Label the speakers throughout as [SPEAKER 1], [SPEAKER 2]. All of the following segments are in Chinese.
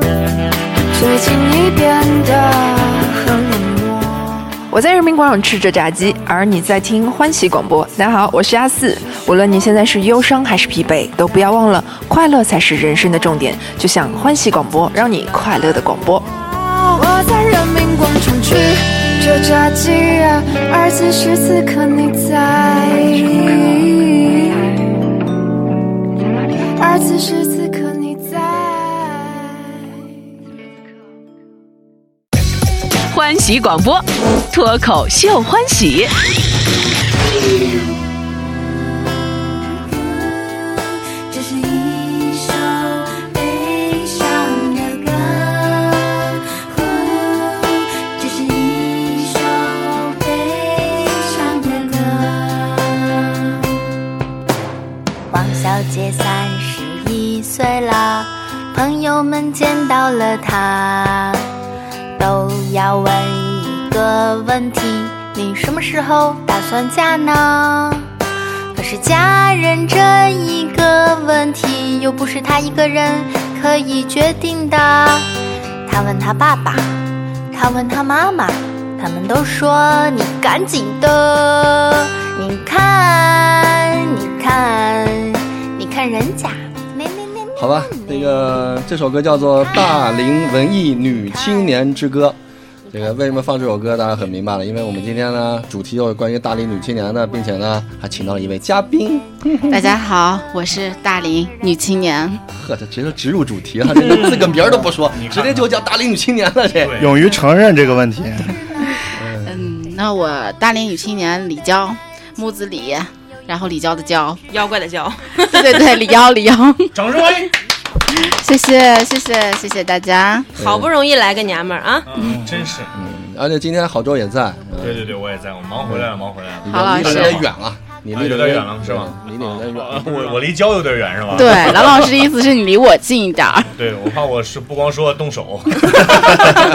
[SPEAKER 1] 最近你变得很冷漠。
[SPEAKER 2] 我在人民广场吃着炸鸡，而你在听欢喜广播。大家好，我是阿四。无论你现在是忧伤还是疲惫，都不要忘了，快乐才是人生的重点。就像欢喜广播，让你快乐的广播。
[SPEAKER 1] 我在人民广场吃着炸鸡啊，而此时此刻你在，而此时此刻你在。
[SPEAKER 3] 欢喜广播，脱口秀欢喜。
[SPEAKER 4] 这是一首悲伤的歌，呼，这是一首悲伤的歌。王小姐三十一岁了，朋友们见到了她，都要问一个问题：你什么时候打算嫁呢？可是家人这一个问题，又不是他一个人可以决定的。他问他爸爸，他问他妈妈，他们都说你赶紧的。你看，你看，你看人家，咩咩咩咩
[SPEAKER 5] 好吧，那个这首歌叫做《大龄文艺女青年之歌》。这个为什么放这首歌，大家很明白了，因为我们今天呢主题又是关于大龄女青年的，并且呢还请到了一位嘉宾。
[SPEAKER 6] 嗯大家好，我是大龄女青年。
[SPEAKER 5] 呵，这直接植入主题啊，这个自个名儿都不说，
[SPEAKER 7] 嗯
[SPEAKER 5] 直接就叫大龄女青年了。这
[SPEAKER 8] 勇于承认这个问题。
[SPEAKER 6] 嗯，那我大龄女青年李娇，木子李，然后李娇的娇，
[SPEAKER 9] 妖怪的叫，
[SPEAKER 6] 对对对，李娇李娇，
[SPEAKER 7] 掌声欢迎！
[SPEAKER 6] 谢谢谢谢谢谢大家。
[SPEAKER 9] 好不容易来个娘们儿啊！
[SPEAKER 7] 嗯，真是，
[SPEAKER 5] 而且今天郝周也在，
[SPEAKER 7] 对对对，我也在，我忙回来了，忙回来了。
[SPEAKER 6] 郝老
[SPEAKER 5] 离
[SPEAKER 6] 师
[SPEAKER 5] 得有点远了，你离
[SPEAKER 7] 啊
[SPEAKER 5] 得
[SPEAKER 7] 有点远了是吧？
[SPEAKER 5] 离得有点远
[SPEAKER 7] 啊
[SPEAKER 5] 了。
[SPEAKER 7] 我我离焦有点远是吧？
[SPEAKER 6] 对，郎老师的意思是你离我近一点 儿，
[SPEAKER 7] 对，我怕我是不光说动 手。好了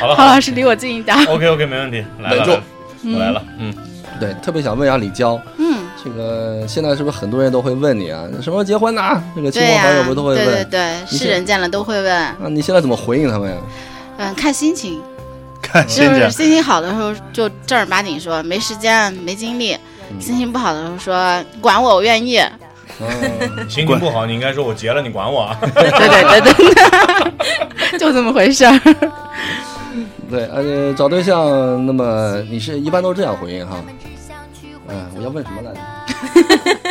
[SPEAKER 6] 郝
[SPEAKER 7] 好了
[SPEAKER 6] 老师离我近一点儿。
[SPEAKER 7] ，OK OK，没问题，来
[SPEAKER 5] 稳
[SPEAKER 7] 了
[SPEAKER 5] 住
[SPEAKER 7] 来了，我来了，嗯，
[SPEAKER 5] 对，特别想问一下李娇，
[SPEAKER 6] 嗯，
[SPEAKER 5] 这个现在是不是很多人都会问你啊，什么时候结婚呐、这个亲
[SPEAKER 6] 对
[SPEAKER 5] 朋
[SPEAKER 6] 呀、
[SPEAKER 5] 好友不都会
[SPEAKER 6] 对对
[SPEAKER 5] 问？
[SPEAKER 6] 对，
[SPEAKER 5] 你
[SPEAKER 6] 是
[SPEAKER 5] 是
[SPEAKER 6] 人见了都会问。
[SPEAKER 5] 啊，你现在怎么回应他们呀？
[SPEAKER 6] 嗯，看心情，
[SPEAKER 8] 看
[SPEAKER 6] 就
[SPEAKER 8] 欣
[SPEAKER 6] 是
[SPEAKER 8] 姐，
[SPEAKER 6] 心情好的时候就正儿八经说没时间没精力，心情不好的时候说管我我愿意。
[SPEAKER 5] 啊
[SPEAKER 7] 嗯心情不好，你应该说我结了，你管我啊。
[SPEAKER 6] 对对对对对，就这么回事儿。
[SPEAKER 5] 对，而且找对象，那么你是一般都这样回应哈？哎，我要问什么来着？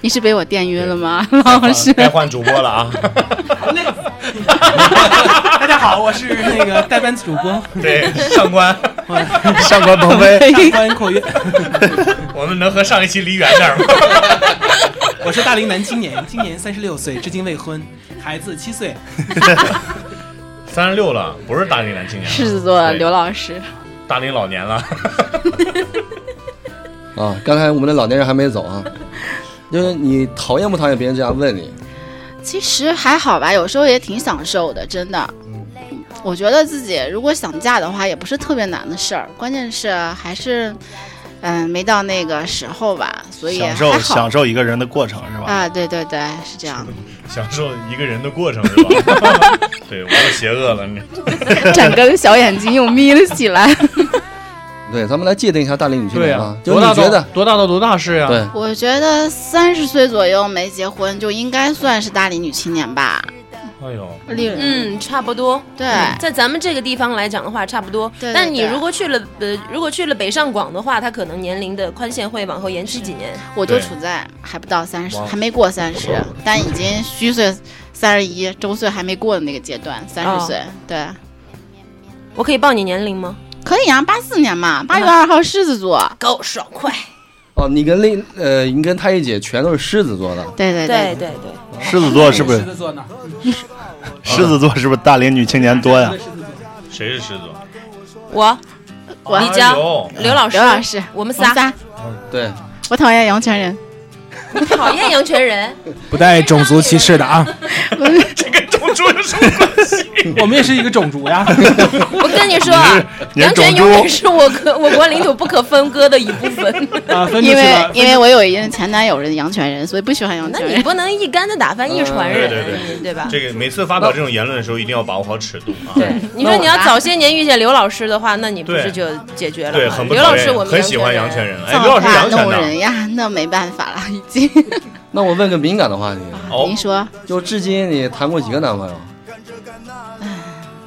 [SPEAKER 6] 你是被我电晕了吗，老师？
[SPEAKER 7] 该换主播了啊！
[SPEAKER 10] 大家好，我 是那个代班主播，
[SPEAKER 7] 对，上官，
[SPEAKER 8] 上官鹏飞，
[SPEAKER 10] 欢迎阔约，
[SPEAKER 7] 我们能和上一期离远点儿吗？
[SPEAKER 10] 我是大龄男青年，今年三十六岁，至今未婚，孩子七岁。
[SPEAKER 7] 三十六了，不是大龄男青年了，
[SPEAKER 6] 狮子座
[SPEAKER 7] 对
[SPEAKER 6] 嗯刘老师，
[SPEAKER 7] 大龄老年了。
[SPEAKER 5] 啊，刚才我们的老年人还没走啊，就是你讨厌不讨厌别人这样问你？
[SPEAKER 6] 其实还好吧，有时候也挺享受的，真的。我觉得自己如果想嫁的话，也不是特别难的事儿，关键是还是，嗯、没到那个时候吧，所以
[SPEAKER 8] 享
[SPEAKER 6] 还
[SPEAKER 8] 受
[SPEAKER 6] 好
[SPEAKER 8] 享受一个人的过程是吧？
[SPEAKER 6] 啊，对对对，是这样，
[SPEAKER 7] 享受一个人的过程是吧？对，我又邪恶了，你
[SPEAKER 6] 整个小眼睛又眯了起来。
[SPEAKER 5] 对，咱们来界定一下大龄女青
[SPEAKER 10] 对
[SPEAKER 5] 年
[SPEAKER 10] 呀
[SPEAKER 8] 嗯
[SPEAKER 5] 啊，，就是你觉得
[SPEAKER 10] 多大到啊多大是呀？
[SPEAKER 5] 对
[SPEAKER 6] 我觉得三十岁左右没结婚就应该算是大龄女青年吧，
[SPEAKER 7] 哎呦，
[SPEAKER 6] 例如，
[SPEAKER 9] 嗯，差不多。
[SPEAKER 6] 对
[SPEAKER 9] 在咱们这个地方来讲的话，差不多。
[SPEAKER 6] 对对
[SPEAKER 9] 但你
[SPEAKER 6] 对
[SPEAKER 9] 如果去了呃，如果去了北上广的话，它可能年龄的宽限会往后延迟几年。
[SPEAKER 6] 我就
[SPEAKER 7] 对
[SPEAKER 6] 处在还不到三十，
[SPEAKER 5] 哇
[SPEAKER 6] 还没过三十，但已经虚岁三十一，周岁还没过的那个阶段，三
[SPEAKER 9] 哦
[SPEAKER 6] 十岁，对，
[SPEAKER 9] 我可以报你年龄吗？
[SPEAKER 6] 可以啊，八四年嘛，八月二号狮子座，
[SPEAKER 9] 够爽快！
[SPEAKER 5] 哦，你跟另呃，你跟太一姐全都是狮子座的，
[SPEAKER 6] 对对
[SPEAKER 9] 对对对，
[SPEAKER 8] 狮子座是不
[SPEAKER 10] 狮
[SPEAKER 8] 是？
[SPEAKER 10] 子座呢？
[SPEAKER 8] 狮子座是不是大龄女青年多呀？
[SPEAKER 7] 谁是狮子座？
[SPEAKER 9] 我
[SPEAKER 6] 我
[SPEAKER 9] 李娇
[SPEAKER 7] 哎呦
[SPEAKER 9] 刘老师，
[SPEAKER 6] 刘老师，
[SPEAKER 9] 我们
[SPEAKER 6] 我们
[SPEAKER 9] 仨
[SPEAKER 6] 仨，
[SPEAKER 5] 对，
[SPEAKER 6] 我讨厌阳泉人，
[SPEAKER 9] 讨厌阳泉人，
[SPEAKER 10] 不带种族歧视的啊！
[SPEAKER 7] 这个种族有什么关系？
[SPEAKER 10] 我们也是一个种族 呀。
[SPEAKER 9] 我跟你说啊，
[SPEAKER 8] 你是
[SPEAKER 9] 两
[SPEAKER 8] 种
[SPEAKER 9] 泉
[SPEAKER 8] 猪
[SPEAKER 9] 永远是我国 我国领土不可分割的一部分。
[SPEAKER 10] 啊，分出
[SPEAKER 6] 因
[SPEAKER 10] 去
[SPEAKER 6] 为
[SPEAKER 10] 了。
[SPEAKER 6] 因为我有一任前男友是阳泉人，所以不喜欢阳
[SPEAKER 9] 那
[SPEAKER 6] 泉
[SPEAKER 9] 你
[SPEAKER 6] 人。
[SPEAKER 9] 不能一竿子打翻一船人，
[SPEAKER 7] 嗯对对
[SPEAKER 9] 对吧？
[SPEAKER 7] 这个每次发表这种言论的时候，一定要把握好尺度啊。对
[SPEAKER 9] 你说你要早些年遇见刘老师的话，那你不是
[SPEAKER 7] 对
[SPEAKER 9] 就解决了吗？
[SPEAKER 7] 对，很不
[SPEAKER 9] 刘
[SPEAKER 7] 讨
[SPEAKER 9] 老师，
[SPEAKER 7] 厌
[SPEAKER 9] 我们
[SPEAKER 7] 很喜欢
[SPEAKER 9] 阳
[SPEAKER 7] 阳
[SPEAKER 9] 泉
[SPEAKER 7] 泉
[SPEAKER 9] 人。
[SPEAKER 7] 人。哎，
[SPEAKER 6] 造
[SPEAKER 7] 刘老师
[SPEAKER 6] 化
[SPEAKER 7] 阳泉
[SPEAKER 6] 弄
[SPEAKER 7] 的
[SPEAKER 6] 人呀，那没办法了，已经。
[SPEAKER 5] 那我问个敏感的话题，
[SPEAKER 7] 哦
[SPEAKER 6] 您，说，
[SPEAKER 5] 就至今你谈过几个男朋友？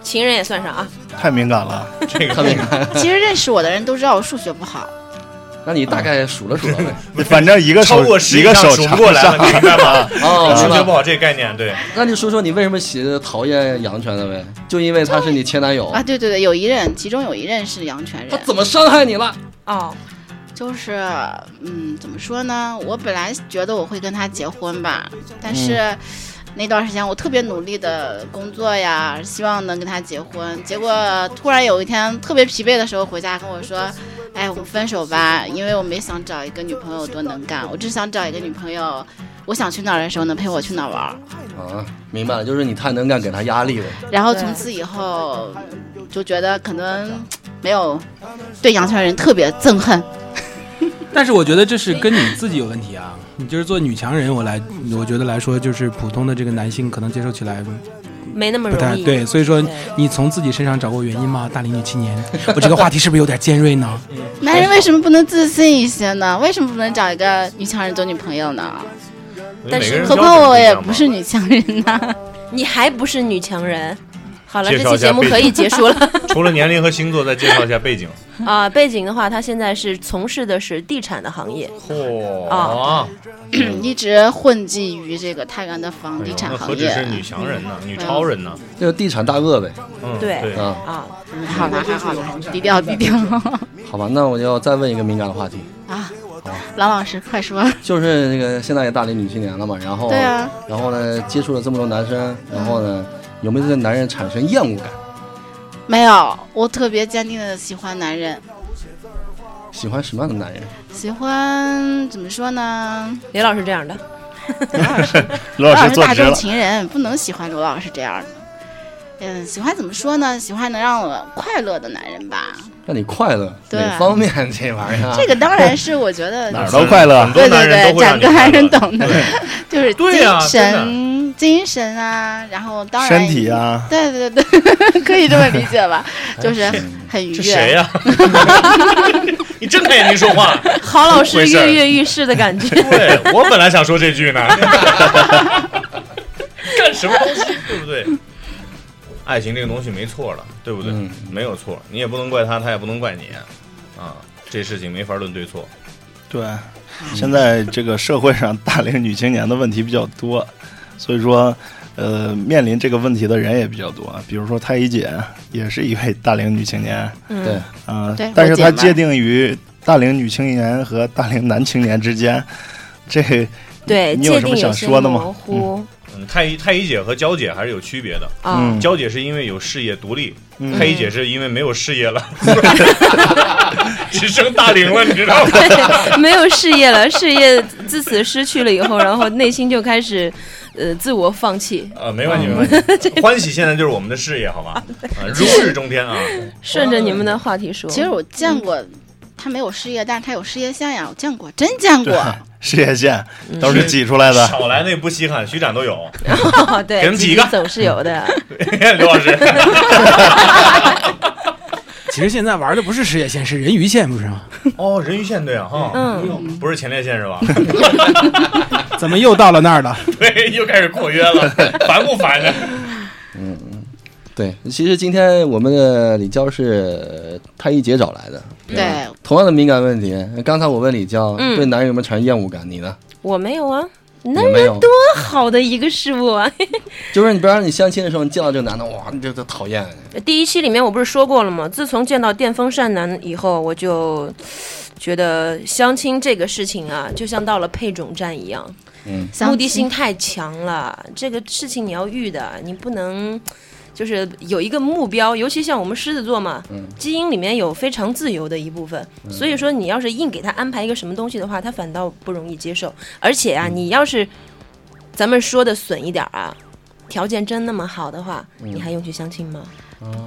[SPEAKER 9] 情人也算上啊，
[SPEAKER 8] 太敏感了。
[SPEAKER 7] 这
[SPEAKER 5] 特
[SPEAKER 7] 个
[SPEAKER 5] 敏感。
[SPEAKER 6] 其实认识我的人都知道我数学不好，
[SPEAKER 5] 那你大概数了数了呗？
[SPEAKER 8] 反正一个
[SPEAKER 7] 超
[SPEAKER 8] 手
[SPEAKER 7] 过十
[SPEAKER 8] 一个
[SPEAKER 7] 以上
[SPEAKER 8] 手
[SPEAKER 7] 数
[SPEAKER 8] 插
[SPEAKER 7] 不过来
[SPEAKER 8] 上
[SPEAKER 7] 了，你明白吗？
[SPEAKER 5] 哦，是
[SPEAKER 7] 数学不
[SPEAKER 5] 吧？
[SPEAKER 7] 好这个概念，对，
[SPEAKER 5] 那你说说你为什么喜讨厌杨泉的呗？就因为他是你前男
[SPEAKER 7] 哦
[SPEAKER 5] 友
[SPEAKER 6] 啊，，对对对，有一任，其中有一任是阳泉
[SPEAKER 5] 他
[SPEAKER 6] 人，
[SPEAKER 5] 怎么伤害你了？
[SPEAKER 9] 哦，
[SPEAKER 6] 就是嗯，怎么说呢？我本来觉得我会跟他结婚吧，但是。那段时间我特别努力的工作呀，希望能跟他结婚。结果突然有一天特别疲惫的时候回家跟我说：“哎，我们分手吧，因为我没想找一个女朋友多能干，我只想找一个女朋友，我想去哪儿的时候能陪我去哪儿玩。”
[SPEAKER 5] 啊，明白了，就是你太能干，给他压力了。
[SPEAKER 6] 然后从此以后就觉得可能没有对阳泉人特别憎恨。
[SPEAKER 10] 但是我觉得这是跟你自己有问题啊。你就是做女强人，我来，我觉得来说就是普通的这个男性可能接受起来
[SPEAKER 9] 没那么
[SPEAKER 10] 不太
[SPEAKER 9] 容易。
[SPEAKER 10] 对，所以说
[SPEAKER 9] 对
[SPEAKER 10] 你从自己身上找过原因吗？大龄女青年， 我这个话题是不是有点尖锐呢？
[SPEAKER 6] 男人为什么不能自信一些呢？为什么不能找一个女强人做女朋友呢？
[SPEAKER 9] 但是
[SPEAKER 7] 每个人
[SPEAKER 6] 何
[SPEAKER 7] 标准
[SPEAKER 6] 况我
[SPEAKER 7] 一
[SPEAKER 6] 也
[SPEAKER 7] 样嘛
[SPEAKER 6] 不是女强人呐、
[SPEAKER 9] 你还不是女强人。好了，
[SPEAKER 7] 介
[SPEAKER 9] 这
[SPEAKER 7] 绍
[SPEAKER 9] 期
[SPEAKER 7] 一下
[SPEAKER 9] 节目
[SPEAKER 7] 背景
[SPEAKER 9] 可以结束了
[SPEAKER 7] 除了年龄和星座，再介绍一下背景。
[SPEAKER 9] 啊、背景的话，他现在是从事的是地产的行业，
[SPEAKER 6] 哦
[SPEAKER 7] 嚯
[SPEAKER 9] 啊，
[SPEAKER 6] 一直混迹于这个太原的房
[SPEAKER 7] 哎
[SPEAKER 6] 地
[SPEAKER 7] 呦
[SPEAKER 6] 产
[SPEAKER 7] 那
[SPEAKER 6] 行
[SPEAKER 7] 何止是
[SPEAKER 6] 业。
[SPEAKER 7] 女强人呢，女超人呢？
[SPEAKER 5] 就是地产大鳄呗，
[SPEAKER 7] 嗯，
[SPEAKER 9] 对
[SPEAKER 7] 对，
[SPEAKER 5] 啊，
[SPEAKER 9] 啊，
[SPEAKER 6] 还嗯好啦，还好啦，低调低调
[SPEAKER 5] 好吧，那我就再问一个敏感的话题，
[SPEAKER 6] 啊！郎老师，快说。
[SPEAKER 5] 就是那个现在也大龄女青年了嘛，然后
[SPEAKER 6] 对啊，
[SPEAKER 5] 然后呢，接触了这么多男生，然后呢，有没有对男人产生厌恶感？
[SPEAKER 6] 没有，我特别坚定的喜欢男人，
[SPEAKER 5] 喜欢什么样的男人？
[SPEAKER 6] 喜欢怎么说呢？
[SPEAKER 9] 刘老师这样的，
[SPEAKER 6] 罗老
[SPEAKER 8] 罗老师
[SPEAKER 6] 师
[SPEAKER 8] 坐
[SPEAKER 6] 大
[SPEAKER 8] 直
[SPEAKER 6] 众
[SPEAKER 8] 了，
[SPEAKER 6] 情人，不能喜欢罗老师这样的。嗯，喜欢怎么说呢？喜欢能让我快乐的男人吧。
[SPEAKER 5] 让你快乐
[SPEAKER 6] 对啊
[SPEAKER 5] 哪方面？这玩意儿啊，
[SPEAKER 6] 这个当然是我觉得
[SPEAKER 8] 哪儿都快乐
[SPEAKER 7] 很。多
[SPEAKER 6] 对对
[SPEAKER 7] 男人
[SPEAKER 6] 对
[SPEAKER 7] 都，会让
[SPEAKER 6] 整
[SPEAKER 7] 你
[SPEAKER 6] 个还
[SPEAKER 7] 快
[SPEAKER 6] 是
[SPEAKER 7] 乐。
[SPEAKER 6] 懂的， 就是精
[SPEAKER 7] 对啊
[SPEAKER 6] 神、精神啊，然后当然
[SPEAKER 8] 身体。啊，哎
[SPEAKER 6] 对对对， 可以这么理解 吧，就是很愉
[SPEAKER 7] 这谁啊
[SPEAKER 6] 悦。
[SPEAKER 7] 呀？ 你睁开眼睛说话。
[SPEAKER 9] 郝老
[SPEAKER 7] 怎
[SPEAKER 9] 师
[SPEAKER 7] 么回事儿
[SPEAKER 9] 跃跃欲试的感觉。
[SPEAKER 7] 对我本来想说这句呢， 干什么东西，对不对？爱情这个东西没错了，对不对？
[SPEAKER 5] 嗯
[SPEAKER 7] 没有错，你也不能怪他，他也不能怪你，啊，这事情没法论对错。
[SPEAKER 8] 对，现在这个社会上大龄女青年的问题比较多，所以说，呃，面临这个问题的人也比较多。比如说太医姐也是一位大龄女青年，
[SPEAKER 5] 对
[SPEAKER 9] 嗯，，
[SPEAKER 8] 啊、
[SPEAKER 6] 对
[SPEAKER 8] 但是
[SPEAKER 6] 我姐
[SPEAKER 8] 它
[SPEAKER 6] 嘛
[SPEAKER 8] 界定于大龄女青年和大龄男青年之间， 这
[SPEAKER 9] 对，
[SPEAKER 8] 你有
[SPEAKER 9] 界
[SPEAKER 8] 什
[SPEAKER 9] 定
[SPEAKER 8] 么想
[SPEAKER 9] 些
[SPEAKER 8] 说的吗
[SPEAKER 9] 模糊
[SPEAKER 7] 嗯，太医太医姐和娇姐还是有区别的，
[SPEAKER 9] 啊。
[SPEAKER 8] 嗯
[SPEAKER 7] 娇姐是因为有事业独立，
[SPEAKER 8] 嗯
[SPEAKER 7] 太医姐是因为没有事业了， 只剩大龄了，你知道吗？
[SPEAKER 9] 对， 没有事业了，事业自此失去了以后，然后内心就开始，呃，自我放弃，
[SPEAKER 7] 啊，没问题，没问题。欢喜现在就是我们的事业，好吧？啊，如日中天啊！
[SPEAKER 9] 顺着你们的话题说。
[SPEAKER 6] 其实我见过他没有事业，但是他有事业线呀，我见过，真见过
[SPEAKER 8] 对。事业线都是挤出来的。
[SPEAKER 7] 少来那不稀罕，徐展都有。
[SPEAKER 9] 哦， 对，
[SPEAKER 7] 给他们几个
[SPEAKER 9] 积极总是有的。
[SPEAKER 7] 刘老师，
[SPEAKER 10] 其实现在玩的不是事业线，是人鱼线，不是吗？
[SPEAKER 7] 哦，人鱼线对啊，哈，
[SPEAKER 9] 嗯，
[SPEAKER 7] 不是前列腺是吧？
[SPEAKER 10] 怎么又到了那儿了？
[SPEAKER 7] 对，又开始扩约了，烦不烦呢？
[SPEAKER 5] 对，其实今天我们的李娇是呃太医姐找来的，
[SPEAKER 6] 对，
[SPEAKER 5] 同样的敏感问题。刚才我问李娇，
[SPEAKER 9] 嗯
[SPEAKER 5] 对男人有没有产生厌恶感？你呢？
[SPEAKER 9] 我没有啊，男
[SPEAKER 5] 也没有。
[SPEAKER 9] 好的一个事物啊。
[SPEAKER 5] 就是你比方说你相亲的时候，你见到这个男的，哇，你这这讨厌。
[SPEAKER 9] 第一期里面我不是说过了吗？自从见到电风扇男以后，我就觉得相亲这个事情啊，就像到了配种站一样，目的性太强了。这个事情你要遇的，你不能。就是有一个目标，尤其像我们狮子座嘛，基因里面有非常自由的一部分，所以说你要是硬给他安排一个什么东西的话，他反倒不容易接受。而且啊，你要是咱们说的损一点儿啊，条件真那么好的话，你还用去相亲吗？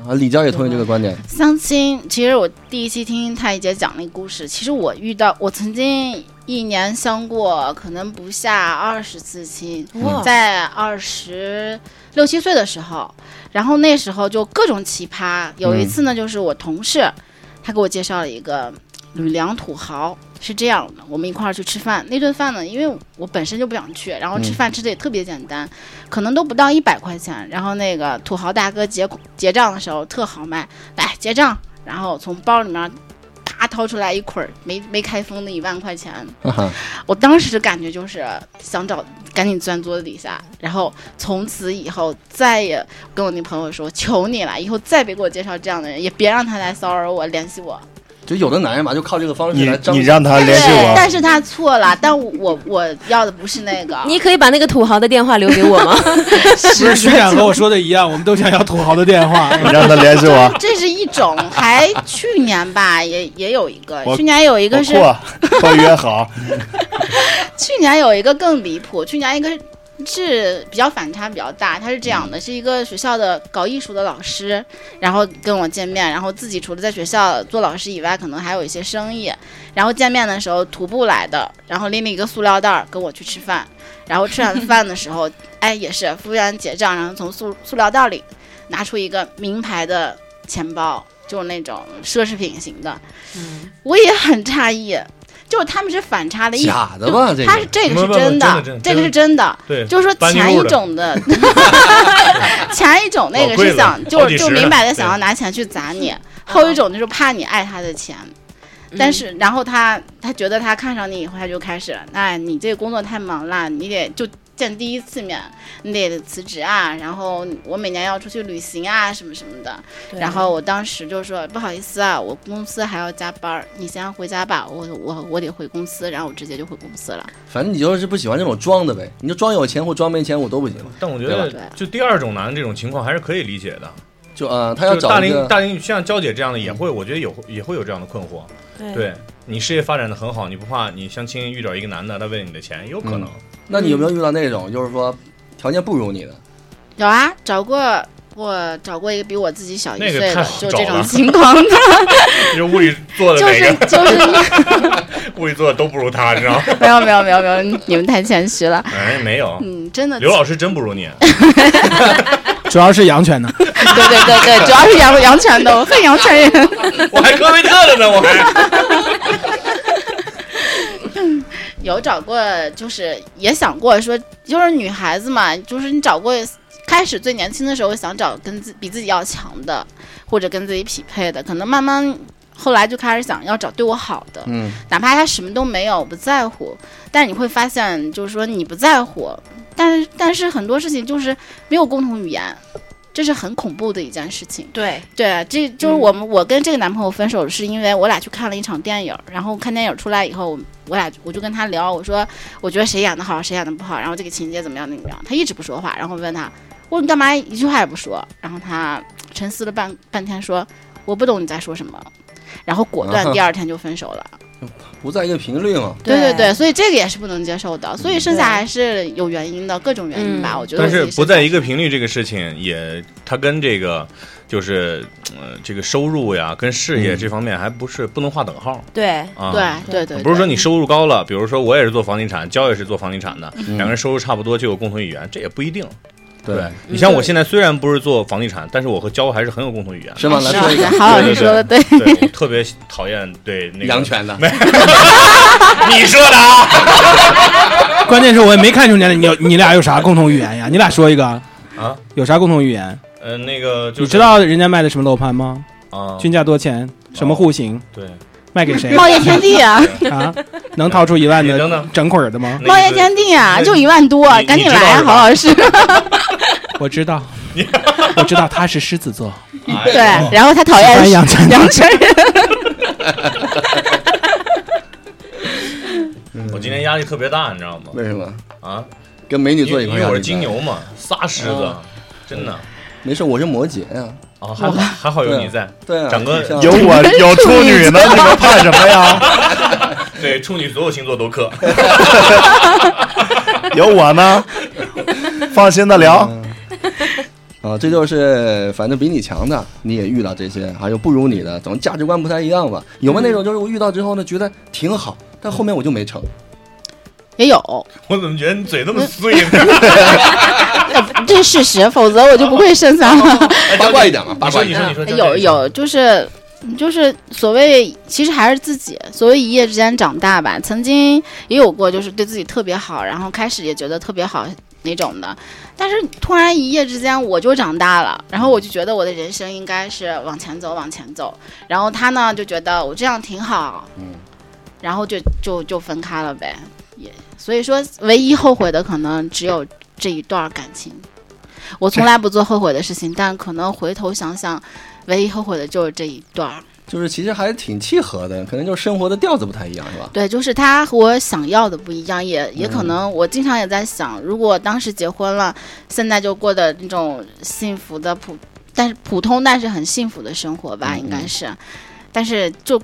[SPEAKER 5] 啊，李娇也同意这个观点。
[SPEAKER 6] 相亲，其实我第一期听太医姐讲那故事，其实我遇到，我曾经一年相过可能不下二十次亲，
[SPEAKER 9] 哇
[SPEAKER 6] 在二十六七岁的时候，然后那时候就各种奇葩。有一次呢，就是我同事，他给我介绍了一个吕梁土豪，是这样的，我们一块儿去吃饭。那顿饭呢，因为我本身就不想去，然后吃饭吃的也特别简单，可能都不到一百块钱。然后那个土豪大哥结结账的时候特豪迈，来结账，然后从包里面。啪掏出来一捆儿没没开封的一万块钱，
[SPEAKER 5] 哈哈，
[SPEAKER 6] 我当时的感觉就是想找赶紧钻桌子底下，然后从此以后再也跟我那朋友说，求你了，以后再别给我介绍这样的人，也别让他来骚扰我、联系我。
[SPEAKER 5] 就有的男人嘛，就靠这个方式
[SPEAKER 8] 你
[SPEAKER 5] 来张
[SPEAKER 8] 你让他啊联系
[SPEAKER 6] 对，但
[SPEAKER 8] 我，
[SPEAKER 6] 是他错了，但我我我要的不是那个。
[SPEAKER 9] 你可以把那个土豪的电话留给我 吗？
[SPEAKER 10] 不 是徐冉和我说的一样，我们都想要土豪的电话。
[SPEAKER 8] 你让他联系我，
[SPEAKER 6] 这是一种，还去年吧，也也有一个，
[SPEAKER 8] 我
[SPEAKER 6] 去年有一
[SPEAKER 8] 我
[SPEAKER 6] 个是
[SPEAKER 8] 阔阔约好，
[SPEAKER 6] 去年有一个更离谱，去年一个是比较反差比较大，他是这样的，是一个学校的搞艺术的老师，然后跟我见面，然后自己除了在学校做老师以外，可能还有一些生意，然后见面的时候徒步来的，然后拎了一个塑料袋儿跟我去吃饭，然后吃完饭的时候，哎，也是服务员结账，然后从塑塑料袋里拿出一个名牌的钱包，就是那种奢侈品型的，我也很诧异。就是他们是反差的一
[SPEAKER 5] 假的吧？这
[SPEAKER 6] 他是
[SPEAKER 5] 个
[SPEAKER 6] 这个是
[SPEAKER 7] 不不不
[SPEAKER 6] 真
[SPEAKER 7] 真的真的
[SPEAKER 6] 这个是真的，
[SPEAKER 7] 对，
[SPEAKER 6] 就是说
[SPEAKER 7] 搬进
[SPEAKER 6] 前一
[SPEAKER 7] 屋的
[SPEAKER 6] 种 的，前一种那个
[SPEAKER 7] 老贵
[SPEAKER 6] 是
[SPEAKER 7] 了
[SPEAKER 6] 想就
[SPEAKER 7] 好
[SPEAKER 6] 是
[SPEAKER 7] 几
[SPEAKER 6] 就
[SPEAKER 7] 十
[SPEAKER 6] 明
[SPEAKER 7] 呢
[SPEAKER 6] 摆着
[SPEAKER 7] 对
[SPEAKER 6] 想要拿钱去砸你，后一种就是怕你爱他的钱。但是，然后他他觉得他看上你以后，他就开始，哎，你这个工作太忙了，你得就见第一次面，你得辞职啊。然后我每年要出去旅行啊，什么什么的。
[SPEAKER 9] 对
[SPEAKER 6] 然后我当时就说不好意思啊，我公司还要加班儿，你先回家吧，我我我得回公司。然后我直接就回公司了。
[SPEAKER 5] 反正你就是不喜欢这种装的呗，你就装有钱或装没钱我都不行。
[SPEAKER 7] 但我觉
[SPEAKER 5] 对吧
[SPEAKER 7] 得
[SPEAKER 6] 对
[SPEAKER 7] 就第二种男的这种情况还是可以理解的，
[SPEAKER 5] 就啊、呃他要
[SPEAKER 7] 就大
[SPEAKER 5] 找一
[SPEAKER 7] 龄
[SPEAKER 5] 个嗯
[SPEAKER 7] 大龄像娇姐这样的也会，我觉得有也会有这样的困惑。
[SPEAKER 9] 对
[SPEAKER 7] 对你事业发展的很好，你不怕你相亲遇到一个男的他为你的钱，有
[SPEAKER 5] 嗯
[SPEAKER 7] 可能。
[SPEAKER 5] 那你有没有遇到那种就是说条件不如你的？
[SPEAKER 6] 有啊，找过我找过一个比我自己小一
[SPEAKER 7] 那个
[SPEAKER 6] 岁
[SPEAKER 7] 太
[SPEAKER 6] 的，
[SPEAKER 7] 好
[SPEAKER 6] 就
[SPEAKER 7] 找
[SPEAKER 6] 这种
[SPEAKER 7] 了
[SPEAKER 6] 情 况的，
[SPEAKER 7] 就屋里坐的
[SPEAKER 6] 就
[SPEAKER 7] 哪
[SPEAKER 6] 是
[SPEAKER 7] 个，
[SPEAKER 6] 就是
[SPEAKER 7] 屋里坐的都不如他，你知道吗？
[SPEAKER 6] 没有没有没有没有，你你们太谦虚了，
[SPEAKER 7] 哎，没有，啊
[SPEAKER 6] 嗯，真的，
[SPEAKER 7] 刘
[SPEAKER 6] 对
[SPEAKER 7] 老师真不如你。
[SPEAKER 10] 主要是养犬呢，
[SPEAKER 6] 对对对，主要是杨杨泉的，我恨杨泉人。
[SPEAKER 7] 我还科威特了呢，我还。
[SPEAKER 6] 有找过，就是也想过说，就是女孩子嘛，就是你找过，开始最年轻的时候想找跟自比自己要强的，或者跟自己匹配的，可能慢慢后来就开始想要找对我好的，
[SPEAKER 5] 嗯，
[SPEAKER 6] 哪怕他什么都没有，我不在乎，但你会发现，就是说你不在乎，但是但是很多事情就是没有共同语言，这是很恐怖的一件事情。
[SPEAKER 9] 对，
[SPEAKER 6] 对啊，这就是
[SPEAKER 7] 嗯
[SPEAKER 6] 我们、我跟这个男朋友分手是因为我俩去看了一场电影，然后看电影出来以后，我俩我就跟他聊，我说我觉得谁演的好，谁演的不好，然后这个情节怎么样怎么样，他一直不说话，然后我问他，我说你干嘛一句话也不说？然后他沉思了半半天说我不懂你在说什么，然后果断
[SPEAKER 5] 啊哈
[SPEAKER 6] 第二天就分手了。
[SPEAKER 5] 不在一个频率嘛。
[SPEAKER 6] 对
[SPEAKER 9] 对
[SPEAKER 6] 对，所以这个也是不能接受的，所以剩
[SPEAKER 9] 对
[SPEAKER 6] 下还是有原因的，各种原因吧，
[SPEAKER 9] 嗯
[SPEAKER 6] 我觉得
[SPEAKER 7] 但
[SPEAKER 6] 我自
[SPEAKER 7] 是
[SPEAKER 6] 己
[SPEAKER 7] 不在一
[SPEAKER 6] 个
[SPEAKER 7] 个频率这个事情也，他跟这个就是呃这个收入呀，跟事业这方面还不是不能划等号
[SPEAKER 9] 对，
[SPEAKER 7] 啊。
[SPEAKER 6] 对对对，
[SPEAKER 7] 不是
[SPEAKER 6] 对
[SPEAKER 7] 说 你收入高了，比如说我也是做房地产，焦也是做房地产的，
[SPEAKER 6] 嗯
[SPEAKER 7] 两个人收入差不多就有共同语言，这也不一定。对你像我现在虽然不是做房地产，但是我和焦还是很有共同语 言的。
[SPEAKER 5] 是吗？来说
[SPEAKER 6] 啊是
[SPEAKER 5] 一个
[SPEAKER 6] 是郝老师说的对，
[SPEAKER 7] 对，我特别讨厌对那个
[SPEAKER 5] 养，犬的，
[SPEAKER 7] 你说的啊。
[SPEAKER 10] 关键是我也没看出你俩你有你俩有啥共同语言呀？你俩说一个
[SPEAKER 7] 啊？
[SPEAKER 10] 有啥共同语言？
[SPEAKER 7] 呃，那个就是
[SPEAKER 10] 你知道人家卖的什么楼盘吗？
[SPEAKER 7] 啊，
[SPEAKER 10] 均价多少钱？什么户型？
[SPEAKER 7] 对，
[SPEAKER 10] 卖给谁
[SPEAKER 6] 茂业天地啊，
[SPEAKER 10] 啊？能掏出一万
[SPEAKER 7] 你等
[SPEAKER 10] 的
[SPEAKER 7] 等
[SPEAKER 10] 整捆儿的吗？
[SPEAKER 7] 那
[SPEAKER 6] 茂
[SPEAKER 7] 意
[SPEAKER 6] 业
[SPEAKER 7] 思
[SPEAKER 6] 天地啊，就一万多，
[SPEAKER 7] 你
[SPEAKER 6] 赶紧来啊，
[SPEAKER 7] 你知道是吧
[SPEAKER 6] 郝老师。
[SPEAKER 10] 我知 道，我知道他是狮子座，
[SPEAKER 7] 哎
[SPEAKER 6] 对，然后他讨厌
[SPEAKER 10] 喜欢养成
[SPEAKER 6] 杨晨人，
[SPEAKER 7] 我今天压力特别大，你知道吗？
[SPEAKER 5] 为什么
[SPEAKER 7] 啊，
[SPEAKER 5] 跟美女
[SPEAKER 7] 因
[SPEAKER 5] 坐
[SPEAKER 7] 为
[SPEAKER 5] 一
[SPEAKER 7] 因
[SPEAKER 5] 块儿
[SPEAKER 7] 为
[SPEAKER 5] 呀？
[SPEAKER 7] 我是
[SPEAKER 5] 你看，
[SPEAKER 7] 金牛嘛，仨狮
[SPEAKER 5] 嗯
[SPEAKER 7] 子，真的
[SPEAKER 5] 没事，我是摩羯呀。
[SPEAKER 7] 啊，还好还好有你在，
[SPEAKER 5] 对啊，
[SPEAKER 7] 长哥
[SPEAKER 5] 你像
[SPEAKER 8] 有我有处女呢，你们怕什 么呀？
[SPEAKER 7] 对，处女所有星座都克，
[SPEAKER 8] 有我呢，放心的聊。
[SPEAKER 5] 嗯啊，这就是反正比你强的，你也遇到这些，还有不如你的，总价值观不太一样吧。有没有那种就是我遇到之后呢，觉得挺好，但后面我就没成？
[SPEAKER 6] 也有，
[SPEAKER 7] 我怎么觉得你嘴那
[SPEAKER 6] 嗯
[SPEAKER 7] 么碎呢？
[SPEAKER 6] 这是事实，否则我就不会深藏 了。
[SPEAKER 5] 八卦一点嘛，八卦一
[SPEAKER 7] 哎
[SPEAKER 5] 点
[SPEAKER 7] 你说，。你说，你说，
[SPEAKER 6] 哎有有，就是就是所谓，其实还是自己所谓一夜之间长大吧。曾经也有过，就是对自己特别好，然后开始也觉得特别好那种的，但是突然一夜之间我就长大了，然后我就觉得我的人生应该是往前走，往前走。然后他呢就觉得我这样挺好，
[SPEAKER 5] 嗯
[SPEAKER 6] 然后就就就分开了呗。也所以说，唯一后悔的可能只有这一段感情。我从来不做后悔的事情，但可能回头想想，唯一后悔的就是这一段儿。
[SPEAKER 5] 就是其实还挺契合的，可能就是生活的调子不太一样，是吧？
[SPEAKER 6] 对，就是他和我想要的不一样，也也
[SPEAKER 5] 嗯
[SPEAKER 6] 可能我经常也在想，如果当时结婚了，现在就过的那种幸福的普，但是普通但是很幸福的生活吧，
[SPEAKER 5] 嗯嗯
[SPEAKER 6] 应该是。但是就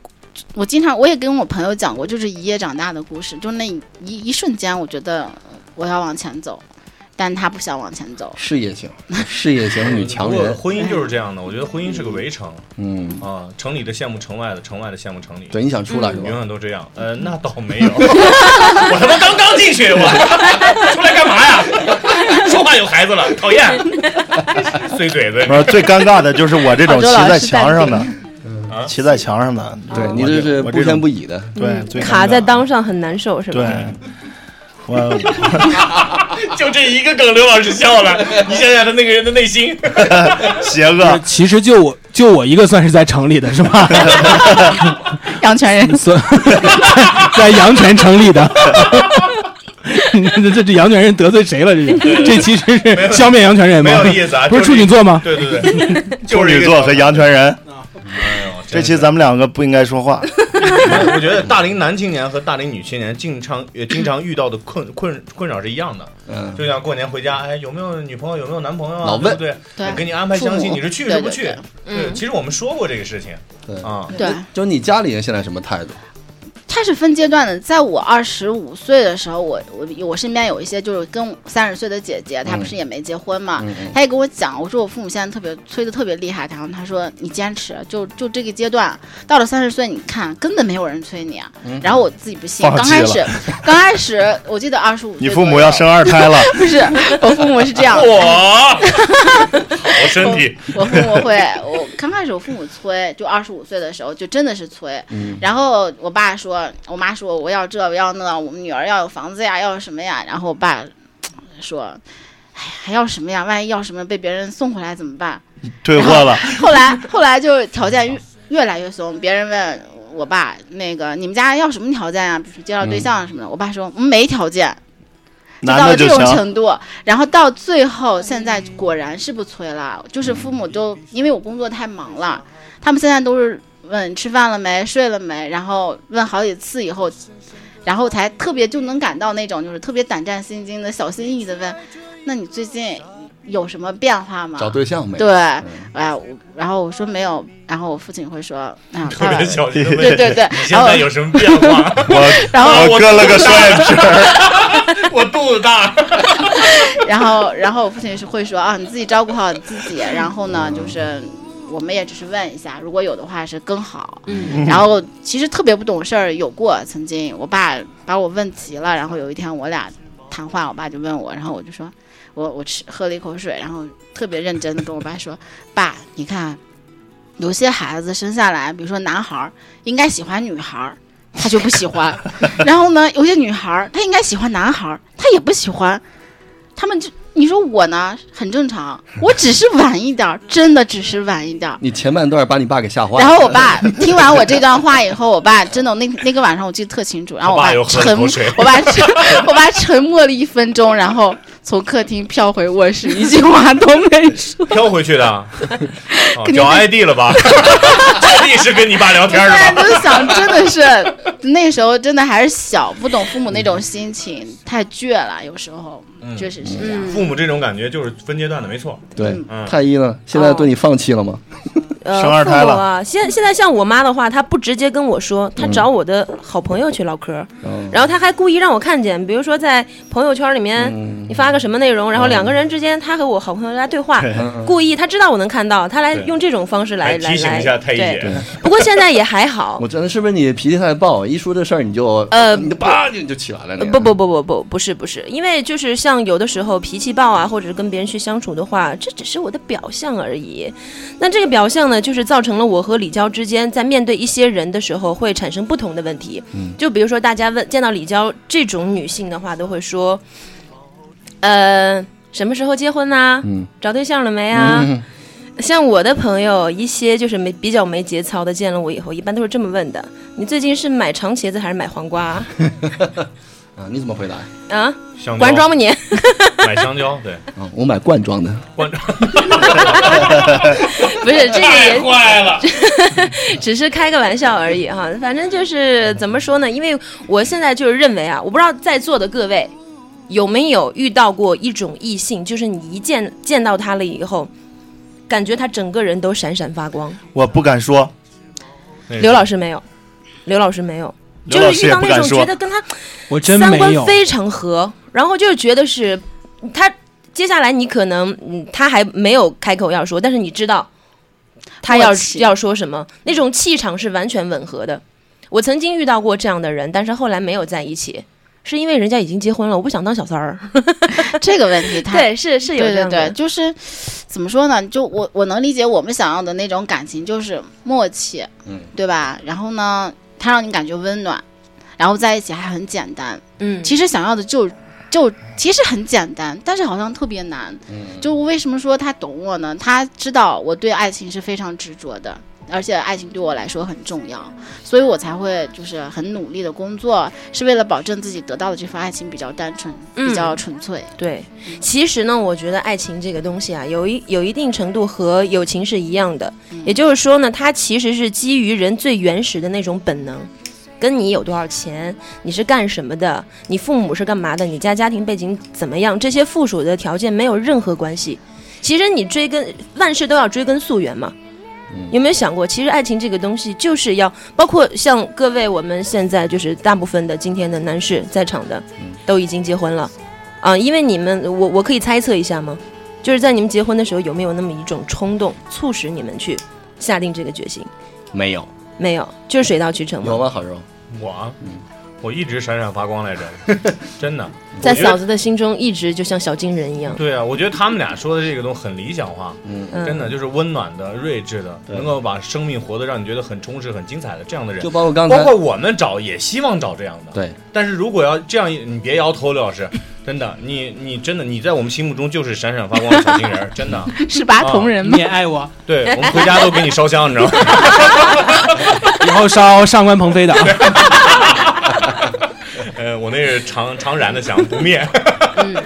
[SPEAKER 6] 我经常我也跟我朋友讲过，就是一夜长大的故事，就那一一瞬间，我觉得我要往前走，但他不想往前走。
[SPEAKER 5] 事业型，事业型女强
[SPEAKER 7] 不过
[SPEAKER 5] 人，
[SPEAKER 7] 婚姻就是这样的，我觉得婚姻是个围城
[SPEAKER 5] 嗯，
[SPEAKER 7] 啊，城里的羡慕城外的，城外的羡慕城里。
[SPEAKER 5] 对，你想出来是
[SPEAKER 7] 永
[SPEAKER 5] 吧？
[SPEAKER 7] 远都这样，呃，那倒没有， 我他妈刚刚进去，我出来干嘛呀？说话有孩子了，讨 厌，碎嘴子
[SPEAKER 8] 不是最尴尬的就是我这
[SPEAKER 6] 杭
[SPEAKER 8] 种
[SPEAKER 9] 哦
[SPEAKER 8] 骑
[SPEAKER 6] 州老
[SPEAKER 8] 在
[SPEAKER 6] 师
[SPEAKER 8] 墙上的
[SPEAKER 6] 淡，
[SPEAKER 7] 啊！
[SPEAKER 8] 骑在墙上的，
[SPEAKER 5] 对你
[SPEAKER 8] 我
[SPEAKER 5] 这
[SPEAKER 8] 这
[SPEAKER 5] 是
[SPEAKER 8] 嗯
[SPEAKER 5] 不
[SPEAKER 8] 我这
[SPEAKER 5] 偏
[SPEAKER 8] 种
[SPEAKER 5] 不倚的，
[SPEAKER 8] 对嗯最尴
[SPEAKER 9] 卡在
[SPEAKER 8] 尬
[SPEAKER 9] 当上很难受，是吧？
[SPEAKER 8] 对，我
[SPEAKER 7] 就这一个梗，刘老师 笑了。你想想他那个人的内心，
[SPEAKER 8] 邪恶，
[SPEAKER 10] 其实就我就我一个算是在城里的是吧？
[SPEAKER 6] 养成人
[SPEAKER 10] 所 在阳泉城里的。 这这这阳泉人得罪谁了？这是这其实是消灭阳泉人吗？
[SPEAKER 7] 没有意思啊
[SPEAKER 10] 不是
[SPEAKER 7] 就是
[SPEAKER 10] 处女座吗？
[SPEAKER 7] 对对对，
[SPEAKER 8] 处
[SPEAKER 7] 就是一
[SPEAKER 8] 女
[SPEAKER 7] 个
[SPEAKER 8] 座和阳泉人，
[SPEAKER 7] 哎呦
[SPEAKER 8] 这
[SPEAKER 7] 真
[SPEAKER 8] 期
[SPEAKER 7] 是
[SPEAKER 8] 咱们两个不应该说话。
[SPEAKER 7] 我觉得大龄男青年和大龄女青年经常也经常遇到的困困困扰是一样的，
[SPEAKER 5] 嗯，
[SPEAKER 7] 就像过年回家，哎，有没有女朋友，有没有男朋友啊？
[SPEAKER 5] 老问
[SPEAKER 7] 对不对，
[SPEAKER 6] 对
[SPEAKER 7] 我给你安排相
[SPEAKER 6] 父
[SPEAKER 7] 亲，
[SPEAKER 6] 母
[SPEAKER 7] 你是去是不
[SPEAKER 6] 对
[SPEAKER 7] 去
[SPEAKER 6] 对？嗯
[SPEAKER 7] 对，其实我们说过这个事情
[SPEAKER 5] 对。
[SPEAKER 7] 啊，
[SPEAKER 6] 对。
[SPEAKER 5] 就是你家里人现在什么态度？
[SPEAKER 6] 它是分阶段的，在我二十五岁的时候，我我我身边有一些就是跟三十岁的姐
[SPEAKER 8] 嗯
[SPEAKER 6] 姐，她不是也没结婚嘛，
[SPEAKER 5] 嗯嗯，
[SPEAKER 6] 她也跟我讲，我说我父母现在特别催的特别厉害，然后她说你坚持，就就这个阶段，到了三十岁，你看根本没有人催你、啊。然后我自己不信，
[SPEAKER 8] 嗯放
[SPEAKER 6] 刚
[SPEAKER 8] 弃
[SPEAKER 6] 开 始刚开始我记得二十五，
[SPEAKER 8] 你父母要生二胎了，
[SPEAKER 6] 不是，我父母是这样，
[SPEAKER 7] 我好身 体，
[SPEAKER 6] 我父母会，我刚开始我父母催，就二十五岁的时候就真的是催，
[SPEAKER 8] 嗯
[SPEAKER 6] 然后我爸说，我妈说我要这我要那，我们女儿要有房子呀，要什么呀，然后我爸说，哎呀，还要什么呀？万一要什么被别人送回来怎么办？
[SPEAKER 8] 退货了，嗯
[SPEAKER 6] 后来后来就条件越越来越松，别人问我爸那个你们家要什么条件呀、啊比如说介绍对象什么的，我爸说嗯没条件，就
[SPEAKER 8] 男
[SPEAKER 6] 到
[SPEAKER 8] 的
[SPEAKER 6] 了这
[SPEAKER 8] 就
[SPEAKER 6] 种
[SPEAKER 8] 行。
[SPEAKER 6] 程度，然后到最后，现在果然是不催了，就是父母都因为我工作太忙了，他们现在都是问吃饭了没、睡了没，然后问好几次以后，然后才特别就能感到那种就是特别胆战心惊的、小心翼翼的问，那你最近有什么变化吗？
[SPEAKER 5] 找对象没？
[SPEAKER 6] 对，
[SPEAKER 5] 嗯，
[SPEAKER 6] 哎，我然后我说没有，然后我父亲会说啊，
[SPEAKER 7] 特别小 心地问
[SPEAKER 6] 对对哦对，
[SPEAKER 7] 你现
[SPEAKER 6] 然后
[SPEAKER 7] 在有什么变化？
[SPEAKER 8] 我
[SPEAKER 6] 然后
[SPEAKER 8] 我割了个双眼皮儿，
[SPEAKER 7] 我肚子大，
[SPEAKER 6] 然后，然后我父亲是会说啊，你自己照顾好自己。然后呢，就是我们也只是问一下，如果有的话是更好。嗯。然后其实特别不懂事儿，有过曾经我爸把我问急了，然后有一天我俩谈话，我爸就问我，然后我就说，我我吃喝了一口水，然后特别认真的跟我爸说，爸，你看，有些孩子生下来，比如说男孩儿应该喜欢女孩儿。他就不喜欢，然后呢，有些女孩儿她应该喜欢男孩儿，她也不喜欢，他们就你说我呢，很正常，我只是晚一点儿，真的只是晚一点儿。
[SPEAKER 5] 你前半段把你爸给吓坏了。
[SPEAKER 6] 然后我爸听完我这段话以后，我爸真的那那个晚上我记得特清楚，然后我
[SPEAKER 7] 他爸又喝了
[SPEAKER 6] 沉，
[SPEAKER 7] 口水
[SPEAKER 6] 我爸沉， 我爸沉默了一分钟，然后从客厅飘回卧室，一句话都没说。
[SPEAKER 7] 飘回 去的，哦
[SPEAKER 6] 肯定
[SPEAKER 7] 找 ID 了吧？找 ID 是跟你爸聊天
[SPEAKER 6] 突
[SPEAKER 7] 是
[SPEAKER 6] 然
[SPEAKER 7] 吧？
[SPEAKER 6] 就想，真的是那时候真的还是小，不懂父母那种心情，太倔了，有时候
[SPEAKER 7] 嗯
[SPEAKER 6] 确实是这样。
[SPEAKER 7] 父母这种感觉就是分阶段的，没错。
[SPEAKER 5] 对
[SPEAKER 7] 嗯
[SPEAKER 5] 太医呢？现在对你放弃了吗？
[SPEAKER 9] 呃
[SPEAKER 8] 生二
[SPEAKER 9] 父
[SPEAKER 8] 胎
[SPEAKER 9] 母
[SPEAKER 8] 了
[SPEAKER 9] 啊，现现在像我妈的话，她不直接跟我说，她找我的好朋友去唠嗑儿，
[SPEAKER 5] 嗯
[SPEAKER 9] 然后她还故意让我看见，比如说在朋友圈里面
[SPEAKER 8] 嗯
[SPEAKER 9] 你发个什么内容，然后两个人之间，她和我好朋友来对话，故意她知道我能看到，她来
[SPEAKER 7] 对
[SPEAKER 9] 用这种方式来
[SPEAKER 7] 来
[SPEAKER 9] 来
[SPEAKER 7] 提醒
[SPEAKER 9] 来
[SPEAKER 7] 一下太医
[SPEAKER 9] 对，
[SPEAKER 7] 姐，
[SPEAKER 9] 不过现在也还好
[SPEAKER 5] 我。真的是不是你脾气太暴？一说这事儿你就
[SPEAKER 9] 哦呃
[SPEAKER 5] 你就叭你就起来了那
[SPEAKER 9] 呃
[SPEAKER 5] 个。
[SPEAKER 9] 不不不不不，不是不是，因为就是像有的时候脾气暴啊，或者是跟别人去相处的话，这只是我的表象而已。那这个表象呢，就是造成了我和李娇之间在面对一些人的时候会产生不同的问题。嗯、就比如说大家问见到李娇这种女性的话，都会说，呃，什么时候结婚呐、
[SPEAKER 5] 嗯
[SPEAKER 9] 找对象了没啊？
[SPEAKER 5] 嗯
[SPEAKER 9] 像我的朋友，一些就是没比较没节操的，见了我以后，一般都是这么问的：你最近是买长茄子还是买黄瓜啊
[SPEAKER 5] 啊，你怎么回答？
[SPEAKER 9] 啊？
[SPEAKER 7] 香
[SPEAKER 9] 管
[SPEAKER 7] 蕉
[SPEAKER 9] 装吧 你？
[SPEAKER 7] 买香蕉，对，
[SPEAKER 5] 啊，我买罐装的。
[SPEAKER 7] 关照
[SPEAKER 9] 不是这个也
[SPEAKER 7] 坏了，
[SPEAKER 9] 只是开个玩笑而已哈。反正就是怎么说呢？因为我现在就是认为啊，我不知道在座的各位有没有遇到过一种异性，就是你一见见到他了以后，感觉他整个人都闪闪发光。
[SPEAKER 8] 我不敢说，
[SPEAKER 9] 刘老师没有，刘老师没有，
[SPEAKER 8] 刘
[SPEAKER 9] 就
[SPEAKER 8] 老
[SPEAKER 9] 是
[SPEAKER 8] 师
[SPEAKER 9] 遇
[SPEAKER 8] 也
[SPEAKER 9] 到
[SPEAKER 8] 不
[SPEAKER 9] 那
[SPEAKER 8] 敢
[SPEAKER 9] 种觉
[SPEAKER 8] 说。
[SPEAKER 9] 得跟他
[SPEAKER 10] 我真
[SPEAKER 9] 三
[SPEAKER 10] 没
[SPEAKER 9] 观
[SPEAKER 10] 有。
[SPEAKER 9] 非常合，然后就是觉得是嗯他接下来你可能嗯他还没有开口要说，但是你知道他要
[SPEAKER 6] 默契
[SPEAKER 9] 要说什么，那种气场是完全吻合的。我曾经遇到过这样的人，但是后来没有在一起，是因为人家已经结婚了，我不想当小三儿。
[SPEAKER 6] 这个问题太
[SPEAKER 9] 对，是是有
[SPEAKER 6] 对
[SPEAKER 9] 这
[SPEAKER 6] 对
[SPEAKER 9] 样
[SPEAKER 6] 对
[SPEAKER 9] 的，。
[SPEAKER 6] 就是怎么说呢？就我我能理解我们想要的那种感情，就是默契，
[SPEAKER 5] 嗯，
[SPEAKER 6] 对吧？然后呢，它让你感觉温暖，然后在一起还很简单。
[SPEAKER 9] 嗯，
[SPEAKER 6] 其实想要的就就其实很简单，但是好像特别难。
[SPEAKER 7] 嗯
[SPEAKER 5] 嗯
[SPEAKER 6] 就为什么说他懂我呢？他知道我对爱情是非常执着的，而且爱情对我来说很重要，所以我才会就是很努力的工作，是为了保证自己得到的这份爱情比较单纯、
[SPEAKER 9] 嗯
[SPEAKER 6] 比较纯粹。
[SPEAKER 9] 对，其实呢，我觉得爱情这个东西啊，有一有一定程度和友情是一样的，也就是说呢，它其实是基于人最原始的那种本能。跟你有多少钱，你是干什么的，你父母是干嘛的，你家家庭背景怎么样，这些附属的条件没有任何关系。其实你追根万事都要追根溯源嘛。有没有想过，其实爱情这个东西就是要，包括像各位我们现在就是大部分的今天的男士在场的，都已经结婚了，啊，因为你们，我我可以猜测一下吗？就是在你们结婚的时候，有没有那么一种冲动，促使你们去下定这个决心？
[SPEAKER 5] 没有，
[SPEAKER 9] 没有，就是水到渠成
[SPEAKER 5] 有
[SPEAKER 9] 嘛。
[SPEAKER 5] 吗？好肉，
[SPEAKER 7] 我啊我一直闪闪发光来着，真的，
[SPEAKER 9] 在
[SPEAKER 7] 我觉得
[SPEAKER 9] 嫂子的心中，一直就像小金人一样。
[SPEAKER 7] 对啊，我觉得他们俩说的这个都很理想化，
[SPEAKER 5] 嗯，
[SPEAKER 9] 嗯
[SPEAKER 7] 真的就是温暖的、睿智的，
[SPEAKER 5] 对
[SPEAKER 7] 能够把生命活得让你觉得很充实、很精彩的这样的人
[SPEAKER 9] 呃
[SPEAKER 5] 就。包括刚才
[SPEAKER 7] 包括我们找也希望找这样的，
[SPEAKER 5] 对。
[SPEAKER 7] 但是如果要这样一，你别摇头，刘老师， 真的，你你真的你在我们心目中就是闪闪发光的小 金人，真的。啊
[SPEAKER 3] 是拔铜人吗
[SPEAKER 10] 你？也爱我，
[SPEAKER 7] 对我们回家都给你烧香，你知道吗？
[SPEAKER 10] 以后烧上官鹏飞的。
[SPEAKER 7] 呃，我那是常常燃的香，不 灭。真的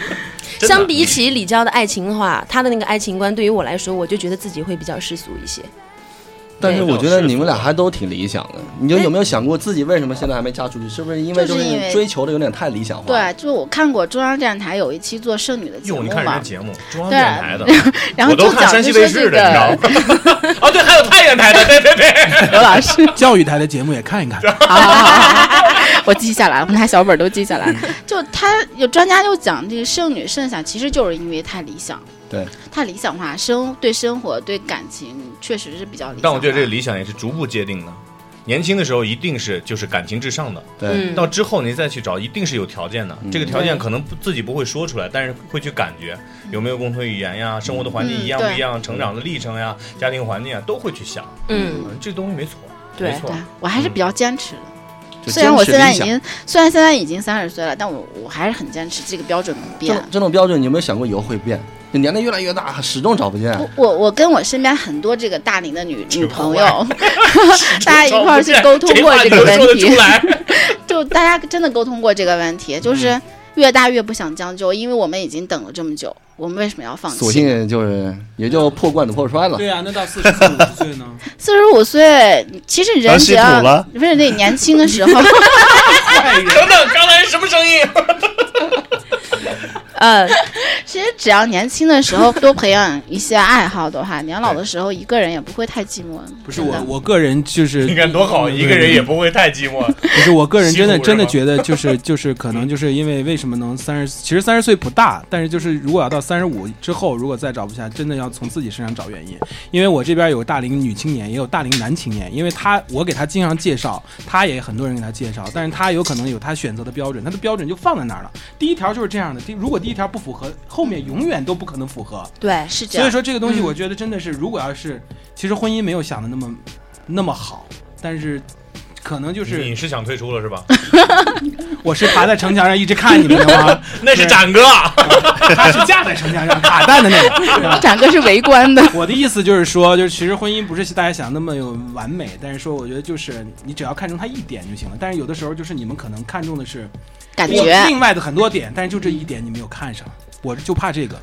[SPEAKER 9] 相比起李娇的爱情的话，她的那个爱情观对于我来说，我就觉得自己会比较世俗一些。
[SPEAKER 5] 但是我觉得你们俩还都挺理想的。你就有没有想过自己为什么现在还没嫁出去？是不是因为
[SPEAKER 6] 哎就是因为
[SPEAKER 5] 追求的有点太理想化？
[SPEAKER 6] 对，，就我看过中央电视台有一期做剩女的节
[SPEAKER 7] 哟，
[SPEAKER 6] 目
[SPEAKER 7] 你看人家
[SPEAKER 6] 嘛，
[SPEAKER 7] 节目，中央
[SPEAKER 6] 对
[SPEAKER 7] 电视台的，
[SPEAKER 6] 然后
[SPEAKER 7] 我
[SPEAKER 6] 就
[SPEAKER 7] 都看
[SPEAKER 6] 讲
[SPEAKER 7] 山
[SPEAKER 6] 的
[SPEAKER 7] 西
[SPEAKER 6] 是
[SPEAKER 7] 卫
[SPEAKER 6] 这
[SPEAKER 7] 视的，你
[SPEAKER 6] 个，
[SPEAKER 7] 知道吗？ 哦，对，还有太原台的，对对对，
[SPEAKER 6] 刘老师，
[SPEAKER 10] 教育台的节目也看一看。
[SPEAKER 6] 我记下来了，我们拿小本儿都记下来了。 就他有专家就讲，这个剩女剩下其实就是因为太理想，
[SPEAKER 5] 对，
[SPEAKER 6] 太理想化，生对生活对感情确实是比较理想化。
[SPEAKER 7] 但我觉得这个理想也是逐步界定的。年轻的时候一定是就是感情至上的，
[SPEAKER 6] 嗯
[SPEAKER 5] 对，
[SPEAKER 9] 嗯
[SPEAKER 7] 到之后你再去找，一定是有条件
[SPEAKER 5] 嗯
[SPEAKER 7] 的。这个条件可能不自己不会说出来，但是会去感觉有没有共同语言呀，生活的环境
[SPEAKER 6] 嗯
[SPEAKER 7] 一样不一样，成长的历程呀，家庭环境啊，都会去想。
[SPEAKER 9] 嗯，
[SPEAKER 7] 这东西没错，
[SPEAKER 9] 对
[SPEAKER 7] 没错
[SPEAKER 6] 对。我还是比较坚持的。
[SPEAKER 7] 嗯
[SPEAKER 5] 就
[SPEAKER 6] 虽然我
[SPEAKER 5] 坚持
[SPEAKER 6] 现在
[SPEAKER 5] 理
[SPEAKER 6] 已
[SPEAKER 5] 想
[SPEAKER 6] 经，虽然现在已经三十岁了，但我我还是很坚持这个标准不
[SPEAKER 5] 这
[SPEAKER 6] 变
[SPEAKER 5] 种。这种标准，你有没有想过以后会变？就年龄越来越大，始终找不见。
[SPEAKER 6] 我我我跟我身边很多这个大龄的 女女朋友， 大家一
[SPEAKER 7] 找不
[SPEAKER 6] 块儿去
[SPEAKER 7] 见
[SPEAKER 6] 沟通
[SPEAKER 7] 这
[SPEAKER 6] 过
[SPEAKER 7] 话
[SPEAKER 6] 这
[SPEAKER 7] 你
[SPEAKER 6] 个
[SPEAKER 7] 都说
[SPEAKER 6] 问
[SPEAKER 7] 得出
[SPEAKER 6] 题，
[SPEAKER 7] 来。
[SPEAKER 6] 就大家真的沟通过这个问
[SPEAKER 10] 嗯
[SPEAKER 6] 题，就是越大越不想将就，因为我们已经等了这么久，我们为什么要放
[SPEAKER 5] 索
[SPEAKER 6] 弃？
[SPEAKER 5] 性就是也就破罐子破摔了。
[SPEAKER 10] 对啊，那到四十岁、五十岁呢？
[SPEAKER 6] 四十五岁，其实人
[SPEAKER 8] 当
[SPEAKER 6] 只
[SPEAKER 8] 稀土
[SPEAKER 6] 要
[SPEAKER 8] 了
[SPEAKER 6] 不是那年轻
[SPEAKER 7] 哎
[SPEAKER 6] 的时候，
[SPEAKER 7] 等等，刚才什么声音？
[SPEAKER 9] 呃，
[SPEAKER 6] 其实只要年轻的时候多培养一些爱好的话，年老的时候一个人也不会太寂寞。
[SPEAKER 10] 不是我，我个人就是
[SPEAKER 7] 你看多好，一个人也不会太寂寞。
[SPEAKER 10] 不是我个人真的
[SPEAKER 7] 西湖是
[SPEAKER 10] 真的
[SPEAKER 7] 吗
[SPEAKER 10] 觉得就是就是可能就是因为为什么能三十，其实三十岁不大，但是就是如果要到三十五之后，如果再找不下，真的要从自己身上找原因。因为我这边有大龄女青年，也有大龄男青年，因为他我给他经常介绍，他也很多人给他介绍，但是他有可能有他选择的标准，他的标准就放在那儿了。第一条就是这样的，第如果第一条不符合，后面永远都不可能符合。
[SPEAKER 9] 对，
[SPEAKER 6] 是这
[SPEAKER 10] 所以
[SPEAKER 6] 样，嗯
[SPEAKER 10] 说这个东西，我觉得真的是，如果要是，其实婚姻没有想的那么那么好，但是可能就是
[SPEAKER 7] 你是想退出了是吧？
[SPEAKER 10] 我是爬在城墙上一直看你们的吗？
[SPEAKER 7] 那是啊展哥，
[SPEAKER 10] 他是架在城墙上 卡蛋的那个。 对吧
[SPEAKER 6] 展哥是围观的，
[SPEAKER 10] 我的意思就是说，就是其实婚姻不是大家想那么有完美，但是说我觉得就是你只要看中它一点就行了。但是有的时候就是你们可能看中的是
[SPEAKER 6] 感
[SPEAKER 10] 我
[SPEAKER 6] 觉
[SPEAKER 10] 另外的很多点，但是就这一点你没有看上，我就怕这个。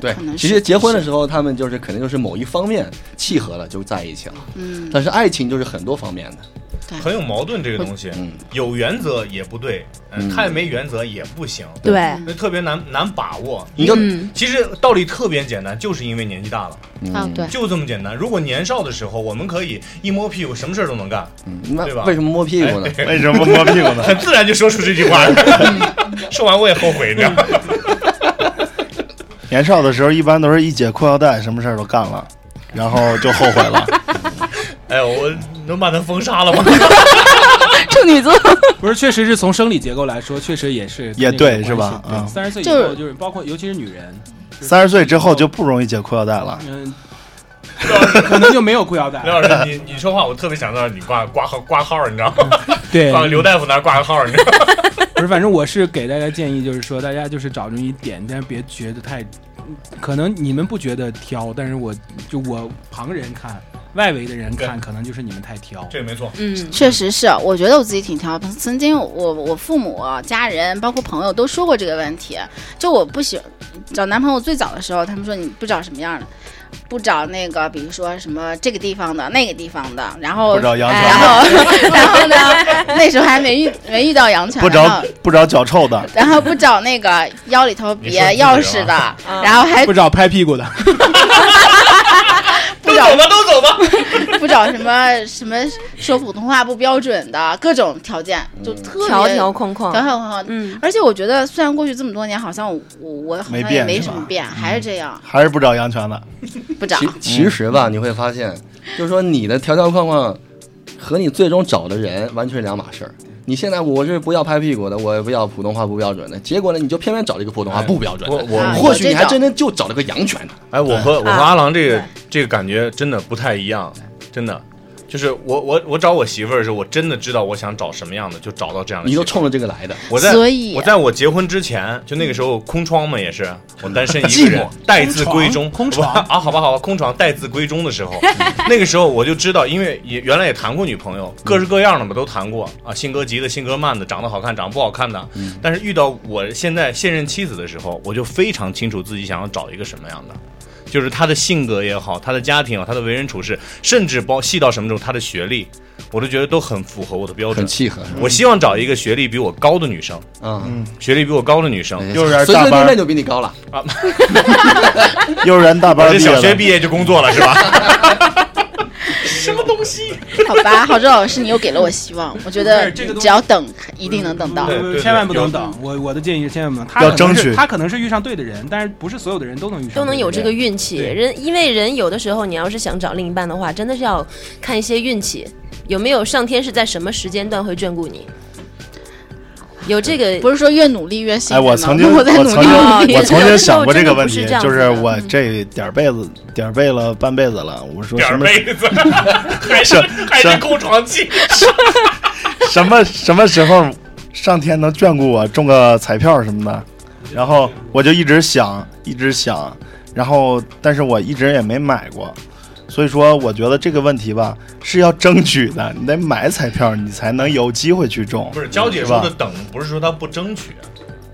[SPEAKER 5] 对
[SPEAKER 6] 可能，
[SPEAKER 5] 其
[SPEAKER 6] 是
[SPEAKER 5] 实结婚的时候，他们就是肯定就是某一方面契合了就在一起了，
[SPEAKER 6] 嗯，
[SPEAKER 5] 但是爱情就是很多方面的，
[SPEAKER 7] 很有矛盾这个东西
[SPEAKER 5] 嗯，
[SPEAKER 7] 有原则也不对，嗯
[SPEAKER 5] 嗯
[SPEAKER 7] 太没原则也不行，
[SPEAKER 2] 对，
[SPEAKER 7] 那特别难难把握。
[SPEAKER 5] 你就
[SPEAKER 7] 其实道理特别简单，就是因为年纪大了，
[SPEAKER 6] 啊对，
[SPEAKER 7] 就这么简单。如果年少的时候，我们可以一摸屁股，什么事儿都能干，
[SPEAKER 5] 嗯
[SPEAKER 7] 对吧
[SPEAKER 5] 那为什么摸屁股呢？
[SPEAKER 8] 哎为什么摸屁股呢？
[SPEAKER 7] 很 自然就说出这句话了。 说完我也后悔，你知道吗？
[SPEAKER 8] 年少的时候一般都是一解裤腰带，什么事儿都干了，然后就后悔了。
[SPEAKER 7] 哎呦，我能把他封杀了吗？
[SPEAKER 6] 处女座，
[SPEAKER 10] 不是，确实是从生理结构来说，确实也是
[SPEAKER 8] 也对是吧嗯
[SPEAKER 10] 三十岁以
[SPEAKER 6] 就是
[SPEAKER 10] 后就是包括尤其是女人，
[SPEAKER 8] 三十岁之后就不容易解裤腰带了。
[SPEAKER 10] 嗯，可能就没有裤腰 带
[SPEAKER 7] 刘。老师，你你说话，我特别想让你挂挂号挂号，你知道吗？
[SPEAKER 10] 对，
[SPEAKER 7] 挂刘大夫那儿挂个号，你知道吗？
[SPEAKER 10] 不是，反正我是给大家建议，就是说大家就是找中一点，但是别觉得太，可能你们不觉得挑，但是我就我旁人看，外围的人看，可能就是你们太挑。
[SPEAKER 7] 这个没错，
[SPEAKER 9] 嗯，
[SPEAKER 6] 确实是，我觉得我自己挺挑。曾经我我父母、家人，包括朋友都说过这个问题。就我不喜找男朋友最早的时候，他们说你不找什么样的，不找那个，比如说什么这个地方的、那个地方的，然后
[SPEAKER 8] 不找羊
[SPEAKER 6] 哎
[SPEAKER 8] 肠
[SPEAKER 6] 然后然后呢，那时候还没遇没遇到羊群，
[SPEAKER 8] 不
[SPEAKER 6] 然
[SPEAKER 8] 找
[SPEAKER 6] 后
[SPEAKER 9] 嗯
[SPEAKER 8] 不找脚臭的，
[SPEAKER 6] 然后不找那个腰里头别
[SPEAKER 7] 你说
[SPEAKER 6] 钥
[SPEAKER 7] 自己
[SPEAKER 6] 匙
[SPEAKER 7] 人
[SPEAKER 6] 的
[SPEAKER 7] 啊，
[SPEAKER 6] 然后还
[SPEAKER 10] 不找拍屁股的，
[SPEAKER 6] 不找
[SPEAKER 7] 走吧，都走吧。
[SPEAKER 6] 不找什么什么说普通话不标准的各种条件，就特别
[SPEAKER 9] 条条框
[SPEAKER 6] 条
[SPEAKER 9] 框，
[SPEAKER 6] 条框框。
[SPEAKER 9] 嗯，
[SPEAKER 6] 而且我觉得，虽然过去这么多年，好像我我好
[SPEAKER 8] 没
[SPEAKER 6] 像也
[SPEAKER 8] 变
[SPEAKER 6] 没
[SPEAKER 8] 是
[SPEAKER 6] 什么
[SPEAKER 8] 吧嗯
[SPEAKER 6] 变，还是这样，
[SPEAKER 8] 还是不找羊泉的。
[SPEAKER 6] 不长
[SPEAKER 5] 其。其实吧，你会发现，就是说你的条条框框和你最终找的人完全是两码事儿。你现在我是不要拍屁股的，我也不要普通话不标准的，结果呢，你就偏偏找了一个普通话不标准的。
[SPEAKER 7] 我
[SPEAKER 6] 啊
[SPEAKER 5] 或许你还
[SPEAKER 6] 有这
[SPEAKER 5] 真
[SPEAKER 6] 种
[SPEAKER 5] 真就找了个洋犬的，
[SPEAKER 7] 哎，我和我和
[SPEAKER 9] 啊
[SPEAKER 7] 阿郎这个这个感觉真的不太一样，真的，就是我我我找我媳妇儿的时候，我真的知道我想找什么样的，就找到这样的
[SPEAKER 5] 你
[SPEAKER 7] 媳妇
[SPEAKER 5] 都
[SPEAKER 7] 儿。
[SPEAKER 5] 冲着这个来的。
[SPEAKER 7] 我在
[SPEAKER 6] 所以
[SPEAKER 7] 我在我结婚之前，就那个时候空窗嘛，也是我单身一
[SPEAKER 5] 寂
[SPEAKER 7] 个
[SPEAKER 5] 寞
[SPEAKER 7] 人，待字闺中，
[SPEAKER 10] 空床空
[SPEAKER 7] 啊，好吧好吧，空床待字闺中 的时候，那个时候我就知道，因为也原来也谈过女朋友，各式各样的嘛都谈过啊，性格急的，性格慢的，长得好看，长得不好看的，
[SPEAKER 5] 嗯
[SPEAKER 7] 但是遇到我现在现任妻子的时候，我就非常清楚自己想要找一个什么样的。就是她的性格也好，她的家庭也好，她的为人处事，甚至包细到什么程度，她的学历，我都觉得都很符合我的标准
[SPEAKER 5] 很。契合，是吧
[SPEAKER 7] 我希望找一个学历比我高的女生，
[SPEAKER 5] 啊，
[SPEAKER 8] 嗯
[SPEAKER 5] 哎
[SPEAKER 7] 学历比我高的女生。
[SPEAKER 8] 幼儿园
[SPEAKER 5] 随
[SPEAKER 8] 大
[SPEAKER 5] 随便
[SPEAKER 8] 班儿
[SPEAKER 5] 便就比你高 了，
[SPEAKER 8] 幼儿园大
[SPEAKER 7] 我
[SPEAKER 8] 班
[SPEAKER 7] 这
[SPEAKER 8] 毕
[SPEAKER 7] 小
[SPEAKER 8] 业
[SPEAKER 7] 学
[SPEAKER 8] 的
[SPEAKER 7] 毕业就工作了是吧？
[SPEAKER 6] 好吧，郝志老师，你又给了我希 望。我觉
[SPEAKER 10] 不
[SPEAKER 6] 得
[SPEAKER 10] 是这个东西
[SPEAKER 6] 只要等，一定能等到。
[SPEAKER 8] 嗯
[SPEAKER 7] 对对对
[SPEAKER 10] 千万不能等。我我的建议是千万不能，他
[SPEAKER 8] 要
[SPEAKER 10] 可能
[SPEAKER 8] 争
[SPEAKER 10] 是
[SPEAKER 8] 取
[SPEAKER 10] 他可能是遇上对的人，但是不是所有的人都能遇上，
[SPEAKER 9] 都能有这个。运气。
[SPEAKER 10] 对
[SPEAKER 9] 人因为人有的时候，你要是想找另一半的话，真的是要看一些运气，有没有上天是在什么时间段会眷顾你。有这个
[SPEAKER 6] 不是说越努力越幸
[SPEAKER 8] 哎，
[SPEAKER 6] 运吗？
[SPEAKER 8] 我曾经，
[SPEAKER 6] 我在
[SPEAKER 8] 我
[SPEAKER 6] 努
[SPEAKER 8] 曾
[SPEAKER 6] 力
[SPEAKER 8] 经
[SPEAKER 9] 啊
[SPEAKER 6] 努，力
[SPEAKER 8] 我曾经想过这个问
[SPEAKER 9] 有
[SPEAKER 8] 题，
[SPEAKER 9] 的时候真的不是这样子
[SPEAKER 8] 就
[SPEAKER 9] 的
[SPEAKER 8] 是我这点儿辈子点儿背了半辈子了，我说
[SPEAKER 7] 点
[SPEAKER 8] 什
[SPEAKER 7] 儿
[SPEAKER 8] 么
[SPEAKER 7] 妹子，还是
[SPEAKER 8] 是
[SPEAKER 7] 还是空床期。
[SPEAKER 8] 什么什么时候上天能眷顾我，中个彩票什么的，然后我就一直想，一直想，然后但是我一直也没买过，所以说我觉得这个问题吧是要争取的，你得买彩票，你才能有机会去中。
[SPEAKER 7] 不是娇姐
[SPEAKER 8] 是
[SPEAKER 7] 说
[SPEAKER 8] 吧
[SPEAKER 7] 的等，不是说她不争取，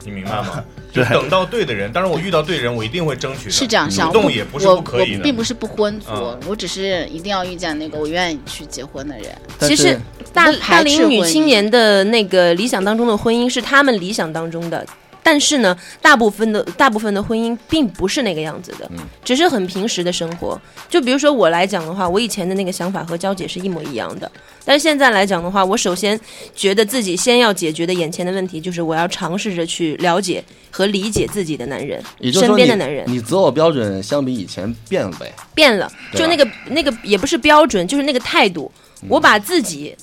[SPEAKER 7] 你明白吗？就
[SPEAKER 8] 对
[SPEAKER 7] 等到对的人，当然我遇到对的人，我一定会争取的。
[SPEAKER 6] 是这样想，
[SPEAKER 8] 嗯
[SPEAKER 7] 主
[SPEAKER 6] 我
[SPEAKER 7] 动也不是
[SPEAKER 6] 我
[SPEAKER 7] 不可以
[SPEAKER 6] 我
[SPEAKER 7] 的
[SPEAKER 6] 并不是不婚族
[SPEAKER 7] 嗯，
[SPEAKER 6] 我只是一定要遇见那个我愿意去结婚的人。
[SPEAKER 5] 但
[SPEAKER 9] 其实
[SPEAKER 5] 是
[SPEAKER 9] 大
[SPEAKER 6] 不排
[SPEAKER 9] 大
[SPEAKER 6] 斥
[SPEAKER 9] 龄女
[SPEAKER 6] 婚姻
[SPEAKER 9] 青年的那个理想当中的婚姻是他们理想当中的，但是呢，大部分的大部分的婚姻并不是那个样子的，
[SPEAKER 5] 嗯
[SPEAKER 9] 只是很平时的生活。就比如说我来讲的话，我以前的那个想法和娇姐是一模一样的，但是现在来讲的话，我首先觉得自己先要解决的眼前的问题就是我要尝试着去了解和理解自己的男人，
[SPEAKER 5] 也就是
[SPEAKER 9] 身
[SPEAKER 5] 说
[SPEAKER 9] 边
[SPEAKER 5] 你
[SPEAKER 9] 的男人
[SPEAKER 5] 你择偶标准相比以前变了 呗？
[SPEAKER 9] 变了，
[SPEAKER 5] 对
[SPEAKER 9] 就
[SPEAKER 5] 吧
[SPEAKER 9] 那个那个也不是标准，就是那个态度，
[SPEAKER 7] 嗯
[SPEAKER 9] 我把自己。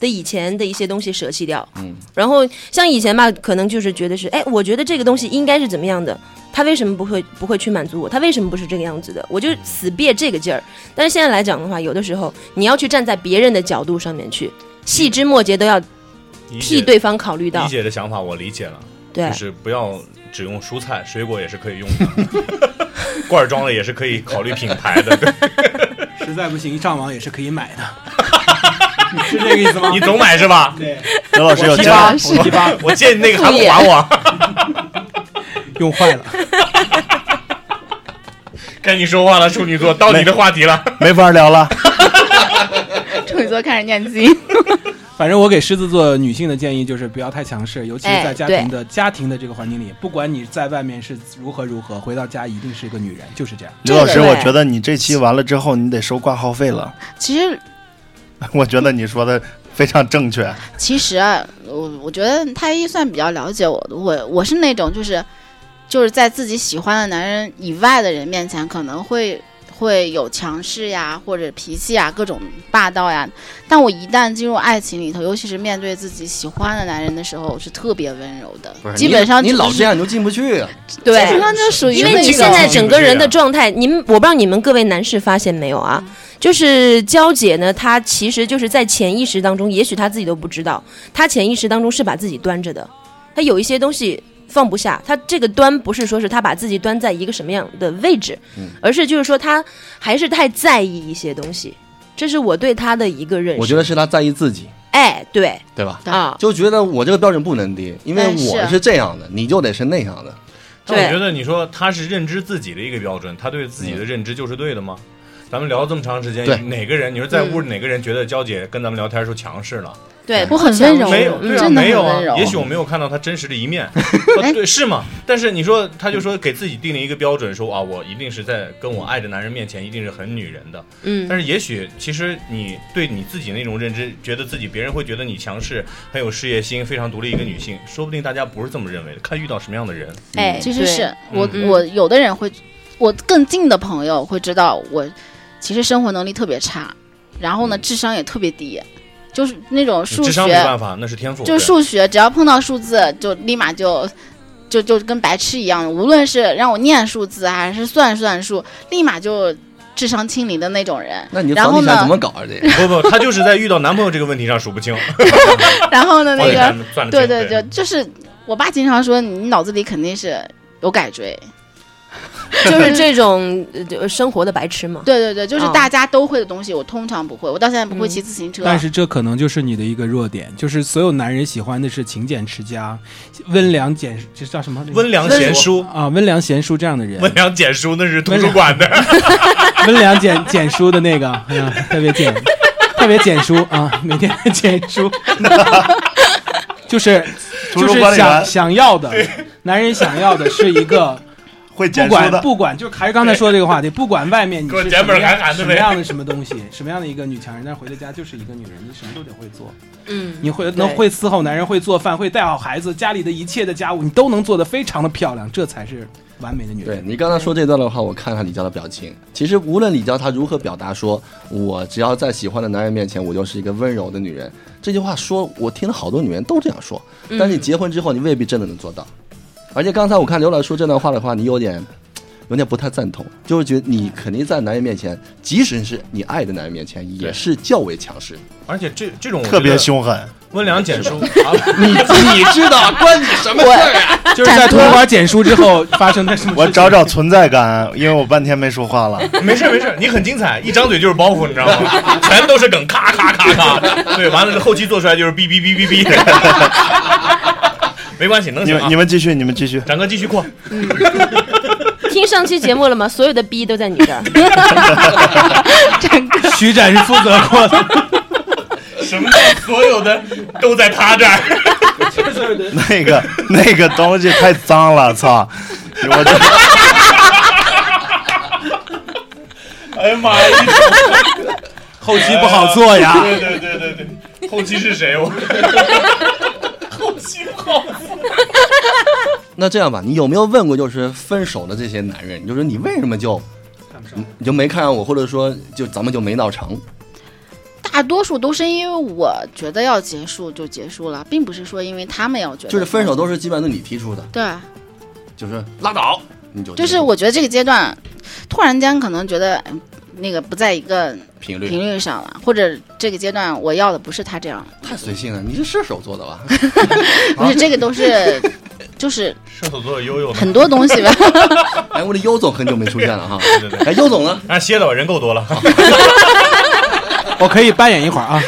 [SPEAKER 9] 的以前的一些东西舍弃掉，
[SPEAKER 5] 嗯，
[SPEAKER 9] 然后像以前吧，可能就是觉得是，哎，我觉得这个东西应该是怎么样的，他为什么不会不会去满足我？他为什么不是这个样子的？我就死憋这个劲儿。但是现在来讲的话，有的时候你要去站在别人的角度上面去，细枝末节都要
[SPEAKER 7] 理解
[SPEAKER 9] 替对方考虑
[SPEAKER 7] 理
[SPEAKER 9] 到，
[SPEAKER 7] 解的想法我理解了，
[SPEAKER 9] 对
[SPEAKER 7] 就，是不要只用蔬菜，水果也是可以用的， 罐儿装的也是可以考虑品牌的。 对
[SPEAKER 10] 实在不行上网也是可以买 的，是这个意思吗？
[SPEAKER 7] 你总买是吧？
[SPEAKER 10] 对，
[SPEAKER 8] 刘老师要
[SPEAKER 7] 批
[SPEAKER 8] 加
[SPEAKER 7] 发，
[SPEAKER 10] 我批发
[SPEAKER 7] 我借你那个还不还 我？
[SPEAKER 10] 用坏了，
[SPEAKER 7] 该你说话了，处女座，到你的话题了。
[SPEAKER 8] 没法 聊了。
[SPEAKER 6] 处女座开始念 经，
[SPEAKER 10] 反正我给狮子座女性的建议就是不要太强势，尤其是
[SPEAKER 9] 哎
[SPEAKER 10] 在家庭的、家庭的这个环境里，不管你在外面是如何如何，回到家一定是一个女人，就是这样。
[SPEAKER 8] 刘老师，
[SPEAKER 9] 这个
[SPEAKER 8] 我觉得你这期完了之后，你得收挂号费了。
[SPEAKER 6] 其实
[SPEAKER 8] 我觉得你说的非常正确。
[SPEAKER 6] 其实啊，我我觉得太医算比较了解我的，我我是那种就是就是在自己喜欢的男人以外的人面前，可能会会有强势呀，或者脾气呀，各种霸道呀。但我一旦进入爱情里头，尤其是面对自己喜欢的男人的时候，我是特别温柔的，
[SPEAKER 5] 不是
[SPEAKER 6] 基本上
[SPEAKER 5] 你
[SPEAKER 6] 就
[SPEAKER 5] 你老
[SPEAKER 6] 是
[SPEAKER 5] 这样你嗯就进不去啊。
[SPEAKER 9] 对
[SPEAKER 6] 基本上就属于
[SPEAKER 9] 呃因
[SPEAKER 6] 那
[SPEAKER 9] 为你
[SPEAKER 6] 种
[SPEAKER 9] 现在整个人的状态，你们我不知道你们各位男士发现没有啊？
[SPEAKER 5] 嗯
[SPEAKER 9] 就是娇姐呢，她其实就是在潜意识当中，也许她自己都不知道，她潜意识当中是把自己端着的，她有一些东西放不下，她这个端不是说是她把自己端在一个什么样的位置，
[SPEAKER 5] 嗯
[SPEAKER 9] 而是就是说她还是太在意一些东西，这是我对她的一个认识。
[SPEAKER 5] 我觉得是他在意自己，
[SPEAKER 9] 哎，对
[SPEAKER 5] 对吧？
[SPEAKER 9] 啊，
[SPEAKER 5] 就觉得我这个标准不能低，因为
[SPEAKER 6] 但是
[SPEAKER 5] 我是这样的，你就得是那样的。
[SPEAKER 7] 但我觉
[SPEAKER 9] 对，
[SPEAKER 7] 得你说他是认知自己的一个标准，他对自己的认知就是对的吗？咱们聊了这么长时
[SPEAKER 5] 对
[SPEAKER 7] 间，哪个人你说在
[SPEAKER 6] 嗯
[SPEAKER 7] 屋里哪个人觉得娇姐跟咱们聊天的时候强势了？
[SPEAKER 9] 对，
[SPEAKER 6] 我很温柔，
[SPEAKER 7] 没有，对啊，
[SPEAKER 6] 嗯真的
[SPEAKER 7] 没有
[SPEAKER 6] 很
[SPEAKER 7] 啊
[SPEAKER 6] 温柔。。
[SPEAKER 7] 也许我没有看到她真实的一 面，啊对，是吗？但是你说，他就说给自己定了一个标准，说啊，我一定是在跟我爱的男人面前一定是很女人的。
[SPEAKER 9] 嗯，
[SPEAKER 7] 但是也许其实你对你自己那种认知，觉得自己别人会觉得你强势、很有事业心、非常独立一个女性，说不定大家不是这么认为的，看遇到什么样的人。
[SPEAKER 9] 哎，
[SPEAKER 6] 其实
[SPEAKER 9] 对
[SPEAKER 6] 是我、
[SPEAKER 9] 嗯
[SPEAKER 6] 我有的人会，我更近的朋友会知道我其实生活能力特别差，然后呢智商也特别低，就是那种数
[SPEAKER 7] 嗯智商没办
[SPEAKER 6] 学，
[SPEAKER 7] 法，那是天赋。
[SPEAKER 6] 就是数学只要碰到数字就立马就。就就跟白痴一样，无论是让我念数字啊还是算算术，立马就智商清零的那种 人。
[SPEAKER 5] 那你
[SPEAKER 6] 然
[SPEAKER 5] 房
[SPEAKER 6] 后
[SPEAKER 5] 地产
[SPEAKER 6] 呢
[SPEAKER 5] 怎么搞啊？这
[SPEAKER 7] 对不不，她就是在遇到男朋友这个问题上数 不清，
[SPEAKER 6] 然后呢，那个
[SPEAKER 7] 算得清
[SPEAKER 6] 对
[SPEAKER 7] 对
[SPEAKER 6] 对对，就是我爸经常说你脑子里肯定是有改锥。
[SPEAKER 9] 就是这种呃就生活的白痴嘛。
[SPEAKER 6] 对对对，就是
[SPEAKER 9] 啊
[SPEAKER 6] 大家都会的东西，我通常不会，我到现在不会骑自行车。
[SPEAKER 10] 但是这可能就是你的一个弱点，就是所有男人喜欢的是勤俭持家、温良俭，这叫什么？
[SPEAKER 7] 温良贤淑。
[SPEAKER 10] 啊，温良贤淑这样的人，
[SPEAKER 7] 温良简书那是图书馆的，
[SPEAKER 10] 温良简简书的 那个，哎呀，特别简，特别简书啊，每天简书， 就是
[SPEAKER 8] 图
[SPEAKER 10] 就
[SPEAKER 8] 书
[SPEAKER 10] 是
[SPEAKER 8] 管理员
[SPEAKER 10] 想想要的，男人想要的是一个
[SPEAKER 8] 会
[SPEAKER 10] 不
[SPEAKER 8] 简书
[SPEAKER 10] 管
[SPEAKER 8] 的，
[SPEAKER 10] 不管，就是还是刚才说的这个 话题，不管外面你
[SPEAKER 7] 给我
[SPEAKER 10] 是
[SPEAKER 7] 捡
[SPEAKER 10] 什么
[SPEAKER 7] 本
[SPEAKER 10] 样
[SPEAKER 7] 韩寒的
[SPEAKER 10] 什
[SPEAKER 7] 呗
[SPEAKER 10] 么样的什么东西， 什么样的一个女强人，但是回到家就是一个女人，你什么都得会做，
[SPEAKER 9] 嗯，
[SPEAKER 10] 你会能
[SPEAKER 9] 对
[SPEAKER 10] 会伺候男人，会做饭，会带好孩子，家里的一切的家务你都能做得非常的漂亮，这才是完美的女
[SPEAKER 5] 对
[SPEAKER 10] 人。
[SPEAKER 5] 你刚才说这段的话，我看了李娇的表情。其实无论李娇她如何表达说，我只 要在喜欢的男人面前，我就是一个温柔的女人。这句话说，我听了好多女人都这样说。但是你结婚之后，你未必真的能做到。而且刚才我看刘老师说这段话的话，你有点。有点不太赞同，就是觉得你肯定在男人面前，即使是你爱的男人面前，也是较为强势。
[SPEAKER 7] 而且这这种我
[SPEAKER 8] 特别
[SPEAKER 7] 觉得
[SPEAKER 8] 凶狠。
[SPEAKER 7] 温良 简书，啊
[SPEAKER 5] 你你知道关你什么事儿啊？
[SPEAKER 10] 就是在图书馆简书之后发生的什么事情？
[SPEAKER 8] 我找找存在感，因为我半天没说 话了。
[SPEAKER 7] 没事没事，你很精彩，一张嘴就是包袱，你知道吗？全都是梗，咔咔咔咔。对，完了后期做出来就是哔哔哔哔哔。 没关系，能
[SPEAKER 8] 你
[SPEAKER 7] 行
[SPEAKER 8] 们
[SPEAKER 7] 啊
[SPEAKER 8] 你。们继续，你们继续。
[SPEAKER 7] 展哥继 续扩，
[SPEAKER 9] 听上期节目了吗？所有的逼都在你这儿。
[SPEAKER 10] 徐展是 负责过的，
[SPEAKER 7] 什么叫所有的都在他这儿？
[SPEAKER 8] 那个那个东西太脏了，操！我就
[SPEAKER 7] 哎呀妈呀！
[SPEAKER 10] 后期不好做呀。
[SPEAKER 7] 对对对对对，后期是谁？我后期不好。
[SPEAKER 5] 那这样吧，你有没有问过，就是分手的这些男人，就是你为什么就你你就没看上我，或者说就咱们就没闹成？
[SPEAKER 6] 大多数都是因为我觉得要结束就结束了，并不是说因为他们要觉得
[SPEAKER 5] 就是分手都是基本上是你提出的，
[SPEAKER 6] 对，
[SPEAKER 5] 就是拉倒，你就
[SPEAKER 6] 就是我觉得这个阶段，突然间可能觉得嗯那个不在一个
[SPEAKER 5] 频率
[SPEAKER 6] 频率上了，或者这个阶段我要的不是他这样，
[SPEAKER 5] 太随性了，你是射手座的吧？
[SPEAKER 6] 不是这个都是就是
[SPEAKER 7] 射手座的悠悠呢？
[SPEAKER 6] 很多东西吧。
[SPEAKER 5] 哎，我的优总很久没出现了哈，
[SPEAKER 7] 对对对，
[SPEAKER 5] 哎，优总呢？
[SPEAKER 7] 啊，歇了吧，人够多了。
[SPEAKER 10] 我可以扮演一会儿啊。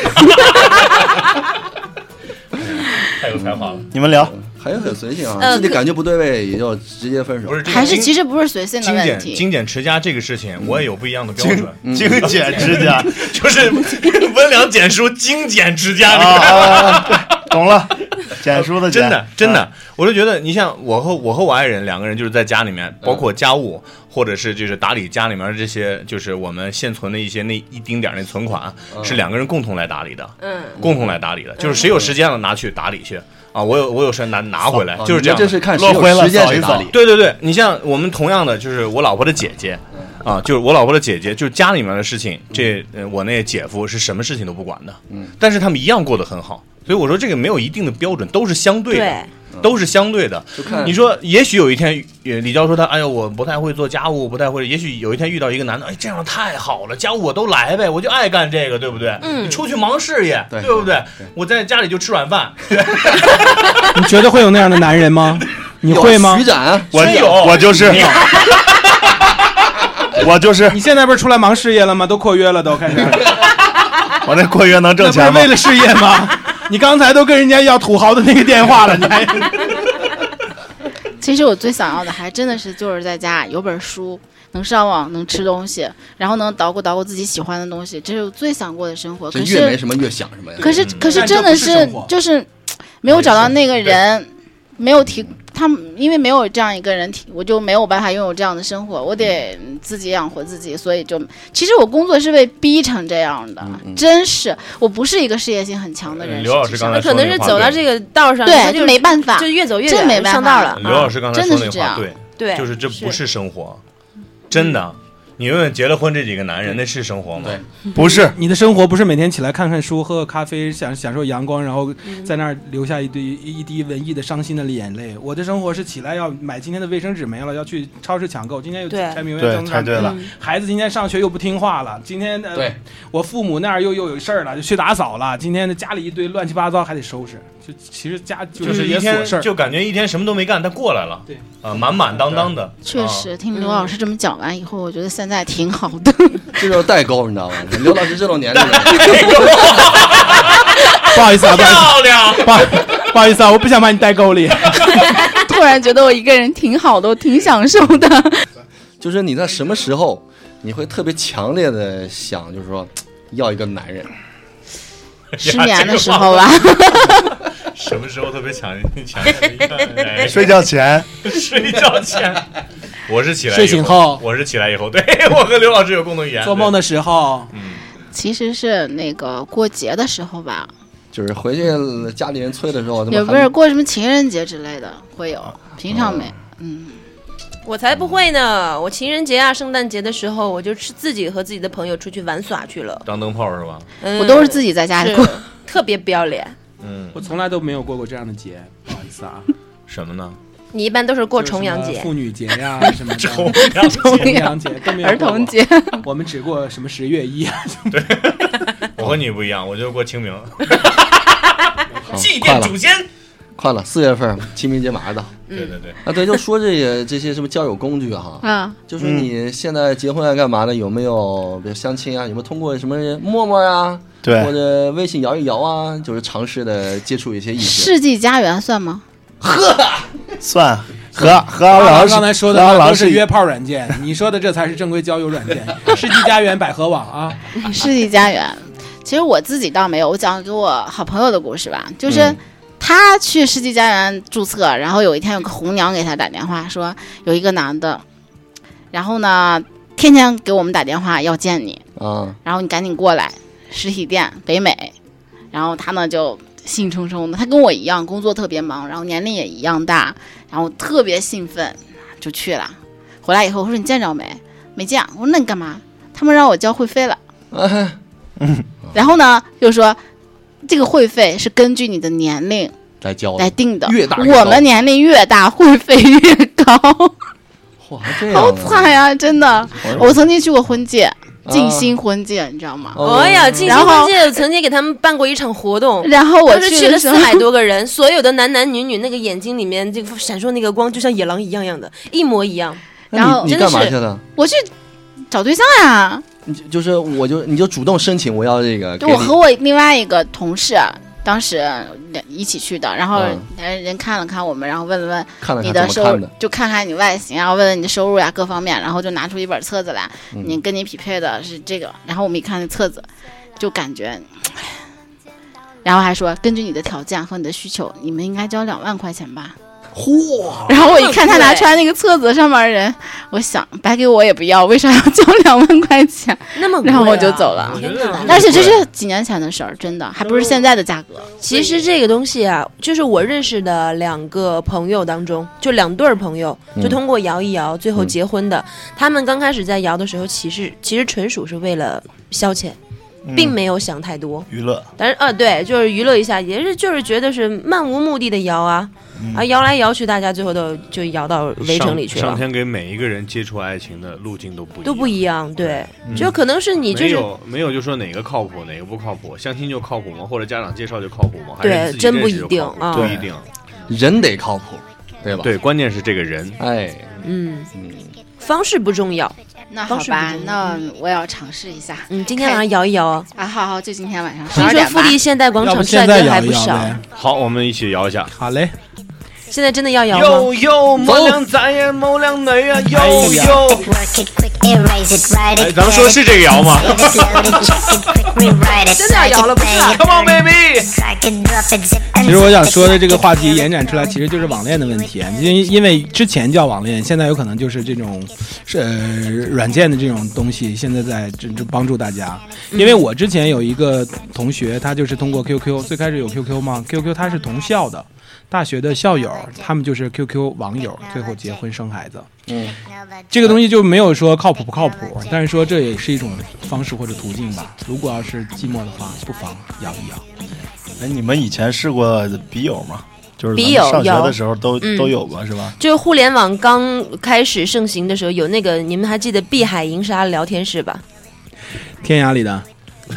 [SPEAKER 7] 太有才华了。
[SPEAKER 8] 你们聊，
[SPEAKER 5] 还是很随性啊，
[SPEAKER 9] 呃
[SPEAKER 5] 自己感觉不对位也就直接分手
[SPEAKER 7] 不。是这个
[SPEAKER 6] 还是
[SPEAKER 7] 精
[SPEAKER 6] 其实不是随性的
[SPEAKER 7] 精
[SPEAKER 6] 问
[SPEAKER 7] 简
[SPEAKER 6] 题，
[SPEAKER 7] 精简持家这个事情，我也有不一样的标准，
[SPEAKER 8] 精简指甲
[SPEAKER 7] 就是 温良简书精简持家
[SPEAKER 8] 啊
[SPEAKER 7] 这个。
[SPEAKER 8] 啊，啊懂了，简叔的简啊
[SPEAKER 7] 真的，啊真的，我就觉得，你像我和我和我爱人两个人，就是在家里面，包括家务，或者是就是打理家里面这些，就是我们现存的一些那一丁点儿那存款，啊是两个人共同来打理的，
[SPEAKER 9] 嗯，
[SPEAKER 7] 共同来打理的，就是谁有时间了拿去打理去啊，我有我有时间拿拿回来，就是这样
[SPEAKER 5] 这
[SPEAKER 7] 的。
[SPEAKER 5] 是看谁
[SPEAKER 8] 落灰
[SPEAKER 5] 有
[SPEAKER 8] 了
[SPEAKER 5] 时间
[SPEAKER 8] 扫
[SPEAKER 5] 谁
[SPEAKER 8] 一
[SPEAKER 5] 打
[SPEAKER 8] 扫
[SPEAKER 5] 理。
[SPEAKER 7] 对对对，你像我们同样的，就是我老婆的姐姐，
[SPEAKER 5] 嗯
[SPEAKER 7] 啊，就是我老婆的姐姐，就是家里面的事情，这呃我那姐夫是什么事情都不管的，嗯，但是他们一样过得很好，所以我说这个没有一定的标准，都是相对的
[SPEAKER 9] 对。
[SPEAKER 7] 都是相对的
[SPEAKER 5] 看，
[SPEAKER 7] 你说，也许有一天，呃李娇说她，哎呀，我不太会做家务，不太会。也许有一天遇到一个男的，哎，这样太好了，家务我都来呗，我就爱干这个，对不对？嗯，你出去忙事业，
[SPEAKER 5] 对
[SPEAKER 7] 不对？我在家里就吃软饭，
[SPEAKER 10] 你觉得会有那样的男 人吗？你
[SPEAKER 5] 有
[SPEAKER 10] 会吗
[SPEAKER 5] 徐？展啊，
[SPEAKER 8] 我
[SPEAKER 7] 真有
[SPEAKER 8] 我就是， 我就是
[SPEAKER 10] 你现在不是出来忙事业了吗？都扩约了，都开始。
[SPEAKER 8] 我那过约能挣钱
[SPEAKER 10] 那不
[SPEAKER 8] 吗
[SPEAKER 10] 是为？了事业吗？你刚才都跟人家要土豪的那个电话了，你还
[SPEAKER 6] 其实我最想要的还真的是就是在家有本书，能上网，能吃东西，然后能捣鼓捣鼓自己喜欢的东西，这是我最想过的生活。
[SPEAKER 5] 这
[SPEAKER 6] 可
[SPEAKER 5] 越没
[SPEAKER 6] 是
[SPEAKER 5] 什么越想什么呀。
[SPEAKER 6] 可是
[SPEAKER 7] 嗯
[SPEAKER 6] 可是
[SPEAKER 10] 但这
[SPEAKER 6] 真的
[SPEAKER 10] 不是
[SPEAKER 6] 是
[SPEAKER 10] 生活
[SPEAKER 6] 就是没有找到那个人，没有提他们，因为没有这样一个人提，我就没有办法拥有这样的生活，我得自己养活自己，所以就其实我工作是被逼成这样的，真是我不是一个事业心很强的人。
[SPEAKER 7] 刘老
[SPEAKER 6] 实
[SPEAKER 7] 师
[SPEAKER 6] 际
[SPEAKER 7] 刚
[SPEAKER 6] 上
[SPEAKER 7] 才
[SPEAKER 9] 可能是走到这个道上，他
[SPEAKER 6] 对
[SPEAKER 9] 就
[SPEAKER 6] 就没办法
[SPEAKER 9] 就，越走越
[SPEAKER 6] 这
[SPEAKER 9] 远，
[SPEAKER 6] 没办
[SPEAKER 9] 上道
[SPEAKER 6] 法
[SPEAKER 9] 了。
[SPEAKER 7] 嗯刘
[SPEAKER 9] 啊
[SPEAKER 7] 老师刚才说
[SPEAKER 6] 真的
[SPEAKER 7] 那
[SPEAKER 6] 是这
[SPEAKER 7] 话
[SPEAKER 6] 样
[SPEAKER 7] 对，
[SPEAKER 9] 对，
[SPEAKER 7] 就是这不是生活，真的。你问问结了婚这几个男人，那是生活吗？
[SPEAKER 5] 对
[SPEAKER 8] 不是，
[SPEAKER 10] 你的生活不是每天起来看看书、喝喝咖啡、享享受阳光，然后在那儿留下一堆一滴文艺的伤心的眼泪。我的生活是起来要买今天的卫生纸没了，要去超市抢购，今天又
[SPEAKER 9] 对
[SPEAKER 10] 柴米油
[SPEAKER 8] 对，
[SPEAKER 10] 盐
[SPEAKER 8] 太
[SPEAKER 10] 酱醋
[SPEAKER 8] 对
[SPEAKER 10] 茶。
[SPEAKER 8] 了，
[SPEAKER 10] 孩子今天上学又不听话了，今天呃
[SPEAKER 5] 对，
[SPEAKER 10] 我父母那儿又又有事儿了，就去打扫了。今天的家里一堆乱七八糟，还得收拾。就其实家就
[SPEAKER 7] 就是一
[SPEAKER 10] 也琐
[SPEAKER 7] 天
[SPEAKER 10] 事儿。
[SPEAKER 7] 就感觉一天什么都没干，他过来了，
[SPEAKER 10] 对
[SPEAKER 7] 啊，满满当当的，
[SPEAKER 6] 确
[SPEAKER 7] 啊。
[SPEAKER 6] 实，听刘老师这么讲完以后，我觉得现在挺好的。
[SPEAKER 5] 这就是代沟，你知道吗？刘老师这种年龄，
[SPEAKER 10] 不好意思啊，不好意思，
[SPEAKER 7] 漂亮，
[SPEAKER 10] 不好不好意思啊，我不想把你带沟里。
[SPEAKER 6] 突然觉得我一个人挺好的，我挺享受的。
[SPEAKER 5] 就是你在什么时候你会特别强烈的想，就是说要一个男人？
[SPEAKER 6] 失眠的时候吧，
[SPEAKER 7] 什么时候特别强强烈？
[SPEAKER 8] 睡觉前
[SPEAKER 7] 哎睡觉前，我是起来以
[SPEAKER 10] 睡醒后
[SPEAKER 7] 我是起来以后，对 我和刘老师有共同语 言，
[SPEAKER 10] 做梦的时候，
[SPEAKER 6] 其实是那个过节的时候吧，
[SPEAKER 5] 就是回去家里人催的时候，他
[SPEAKER 6] 也
[SPEAKER 5] 们
[SPEAKER 6] 不是过什么情人节之类的会有，平常没。
[SPEAKER 5] 啊
[SPEAKER 6] 嗯，
[SPEAKER 9] 我才不会呢！我情人节啊、圣诞节的时候，我就吃自己和自己的朋友出去玩耍去了。
[SPEAKER 7] 当灯泡是吧？
[SPEAKER 9] 嗯
[SPEAKER 6] 我都是自己在家里
[SPEAKER 9] 是
[SPEAKER 6] 过。
[SPEAKER 9] 特别不要脸。
[SPEAKER 7] 嗯，
[SPEAKER 10] 我从来都没有过过这样的节，不好意思啊。
[SPEAKER 7] 什么呢？
[SPEAKER 9] 你一般都是 过
[SPEAKER 10] 就是
[SPEAKER 9] 重阳
[SPEAKER 10] 什么
[SPEAKER 9] 节，
[SPEAKER 10] 妇女节呀、什 么的
[SPEAKER 7] 重
[SPEAKER 10] 重阳节都没有
[SPEAKER 6] 儿
[SPEAKER 10] 过
[SPEAKER 6] 童
[SPEAKER 10] 过，
[SPEAKER 6] 节，
[SPEAKER 10] 我们只过什么十 月一啊，
[SPEAKER 7] 我和你不一样，我就过清明，
[SPEAKER 8] 啊
[SPEAKER 5] 很
[SPEAKER 7] 祭
[SPEAKER 5] 快
[SPEAKER 7] 奠
[SPEAKER 5] 了
[SPEAKER 7] 祖，先。
[SPEAKER 5] 快了，四月份清明节马上到
[SPEAKER 7] 对对对，
[SPEAKER 5] 啊！对，就说这些这些什么交友工具哈、
[SPEAKER 6] 嗯，
[SPEAKER 5] 就说你现在结婚啊干嘛的？有没有比如相亲啊？有没有通过什么陌陌啊，
[SPEAKER 8] 对
[SPEAKER 5] 或者微信摇一摇啊，就是尝试的接触一些异性？
[SPEAKER 6] 世纪佳缘算吗？
[SPEAKER 8] 算和和阿
[SPEAKER 10] 老
[SPEAKER 8] 郎
[SPEAKER 10] 师刚才说的
[SPEAKER 8] 和阿
[SPEAKER 10] 那
[SPEAKER 8] 郎
[SPEAKER 10] 都是
[SPEAKER 8] 是
[SPEAKER 10] 约炮软件，你说的这才是正规交友软 件，世纪佳缘、百合网啊，
[SPEAKER 6] 世纪佳缘，其实我自己倒没有，我讲给我好朋友的故事吧，就是。他去世纪佳缘注册，然后有一天有个红娘给他打电话说有一个男的，然后呢天天给我们打电话要见你，
[SPEAKER 5] 啊，
[SPEAKER 6] 然后你赶紧过来，实体店北美。然后他呢就兴冲冲的，他跟我一样工作特别忙，然后年龄也一样大，然后特别兴奋就去了。回来以后我说你见着没？没见。我说那你干嘛？他们让我交会费了。然后呢又说这个会费是根据你的年龄
[SPEAKER 5] 来教
[SPEAKER 6] 来定的，
[SPEAKER 5] 越大越高
[SPEAKER 6] 我们年龄越大会费越 高，
[SPEAKER 5] 哇，还这样啊
[SPEAKER 6] 好惨哎呀、真的。我曾经去过婚介，静
[SPEAKER 5] 啊
[SPEAKER 6] 心婚介，你知道吗？
[SPEAKER 5] 哦
[SPEAKER 9] 哎呀，金星
[SPEAKER 6] 然后
[SPEAKER 9] 婚介曾经给他们办过一场活动。
[SPEAKER 6] 然后我
[SPEAKER 9] 当时
[SPEAKER 6] 去
[SPEAKER 9] 去了
[SPEAKER 6] 的时
[SPEAKER 9] 四
[SPEAKER 6] 候，
[SPEAKER 9] 百多个人，所有的男男女女，那个眼睛里面这个闪烁那个光，就像野狼一样样的，一模一样。
[SPEAKER 5] 那
[SPEAKER 6] 然后
[SPEAKER 5] 你你
[SPEAKER 9] 真的
[SPEAKER 5] 干嘛
[SPEAKER 9] 是
[SPEAKER 5] 去了？
[SPEAKER 6] 我去找对象呀。
[SPEAKER 5] 你就就是我就你就主动申请我要这个，
[SPEAKER 6] 就
[SPEAKER 5] 给
[SPEAKER 6] 我
[SPEAKER 5] 你
[SPEAKER 6] 和我另外一个同事，啊当时两一起去的，然后
[SPEAKER 5] 嗯
[SPEAKER 6] 人人看了看我们，然后问了问
[SPEAKER 5] 看了
[SPEAKER 6] 你
[SPEAKER 5] 看
[SPEAKER 6] 的
[SPEAKER 5] 怎
[SPEAKER 6] 收
[SPEAKER 5] 么看
[SPEAKER 6] 入
[SPEAKER 5] 的，，
[SPEAKER 6] 就看看你外形，然后问问你的收入呀各方面，然后就拿出一本册子来，
[SPEAKER 5] 嗯
[SPEAKER 6] 你跟你匹配的是这个，然后我们一看那册子，就感觉，唉然后还说根据你的条件和你的需求，你们应该交两万块钱吧。嚯！然后我一看他拿出来那个册子上面的人，我想白给我也不要，为啥要交两万块钱？
[SPEAKER 9] 那么贵啊、
[SPEAKER 6] 然后我就走了
[SPEAKER 9] 天
[SPEAKER 7] 我觉得
[SPEAKER 9] 哪！
[SPEAKER 6] 而且这是几年前的事儿，真的还不是现在的价格。
[SPEAKER 9] 其实这个东西啊，就是我认识的两个朋友当中，就两对儿朋友，就通过摇一摇最后结婚的。他们刚开始在摇的时候，其实其实纯属是为了消遣，并没有想太多。
[SPEAKER 8] 娱乐，
[SPEAKER 9] 但是啊，对，就是娱乐一下，也是就是觉得是漫无目的的摇啊，啊摇来摇去，大家最后都就摇到嗯围城里去
[SPEAKER 7] 上
[SPEAKER 9] 了，
[SPEAKER 7] 天给每一个人接触爱情的路径都不一样
[SPEAKER 9] 都不一样。对，就可能是你就
[SPEAKER 7] 没
[SPEAKER 9] 是
[SPEAKER 7] 有没有就说哪个靠谱哪个不靠谱，相亲就靠谱吗？或者家长介绍就靠谱吗？还是
[SPEAKER 9] 对
[SPEAKER 7] 自己
[SPEAKER 9] 真不
[SPEAKER 7] 认识
[SPEAKER 9] 一
[SPEAKER 7] 就
[SPEAKER 9] 定
[SPEAKER 7] 靠谱
[SPEAKER 9] 啊
[SPEAKER 7] 不一定。
[SPEAKER 5] 人得靠谱，对吧？，
[SPEAKER 7] 对，关键是这个人。
[SPEAKER 5] 哎，
[SPEAKER 9] 嗯
[SPEAKER 5] 嗯，
[SPEAKER 9] 方式不重要，
[SPEAKER 6] 那
[SPEAKER 9] 方
[SPEAKER 6] 好
[SPEAKER 9] 式
[SPEAKER 6] 吧
[SPEAKER 9] 不一，
[SPEAKER 6] 那我也要尝试一下。
[SPEAKER 9] 嗯，今天晚上摇一摇啊。
[SPEAKER 6] 啊，好好，就今天晚上十
[SPEAKER 9] 听
[SPEAKER 6] 二
[SPEAKER 9] 说
[SPEAKER 6] 点
[SPEAKER 9] 富
[SPEAKER 6] 吧。
[SPEAKER 9] 力现代广
[SPEAKER 10] 要
[SPEAKER 9] 场
[SPEAKER 10] 不
[SPEAKER 9] 帅
[SPEAKER 10] 现在
[SPEAKER 9] 哥还
[SPEAKER 10] 摇一
[SPEAKER 9] 不
[SPEAKER 10] 摇
[SPEAKER 9] 少，
[SPEAKER 10] 呗？
[SPEAKER 7] 好，我们一起摇一 下。
[SPEAKER 10] 好嘞，
[SPEAKER 9] 现在真的要摇吗？
[SPEAKER 7] 有有毛良咱也毛良雷啊，
[SPEAKER 10] 哎
[SPEAKER 7] 有有。
[SPEAKER 4] Work it quick, erase it, write
[SPEAKER 7] 哎，
[SPEAKER 4] it.
[SPEAKER 7] 咱们说的是这个摇吗
[SPEAKER 4] Get it loaded, check it quick, rewrite it.
[SPEAKER 9] 真的要摇了，不是啊？
[SPEAKER 7] ？Come on baby。
[SPEAKER 4] Drag it, drop it, zip and
[SPEAKER 10] 其实我想说的这个话
[SPEAKER 4] zip
[SPEAKER 10] 题
[SPEAKER 4] it.
[SPEAKER 10] 延展出来，其实就是网恋的问题，啊因因为之前叫网恋，现在有可能就是这种是呃软件的这种东西，现在在这这帮助大家。因为我之前有一个同学，他就是通过 QQ，最开始有 QQ 吗？QQ 他是同校的。大学的校友，他们就是 QQ 网友，最后结婚生孩子。这个东西就没有说靠谱不靠谱，但是说这也是一种方式或者途径吧。如果要是寂寞的话，不妨摇一摇。
[SPEAKER 8] 哎，你们以前试过笔友吗？就是咱
[SPEAKER 9] 笔
[SPEAKER 8] 们
[SPEAKER 9] 友
[SPEAKER 8] 上学
[SPEAKER 9] 有
[SPEAKER 8] 的时候都
[SPEAKER 9] 嗯
[SPEAKER 8] 都有过是吧？
[SPEAKER 9] 就是互联网刚开始盛行的时候，有那个你们还记得碧海银沙聊天室吧？
[SPEAKER 10] 天涯里的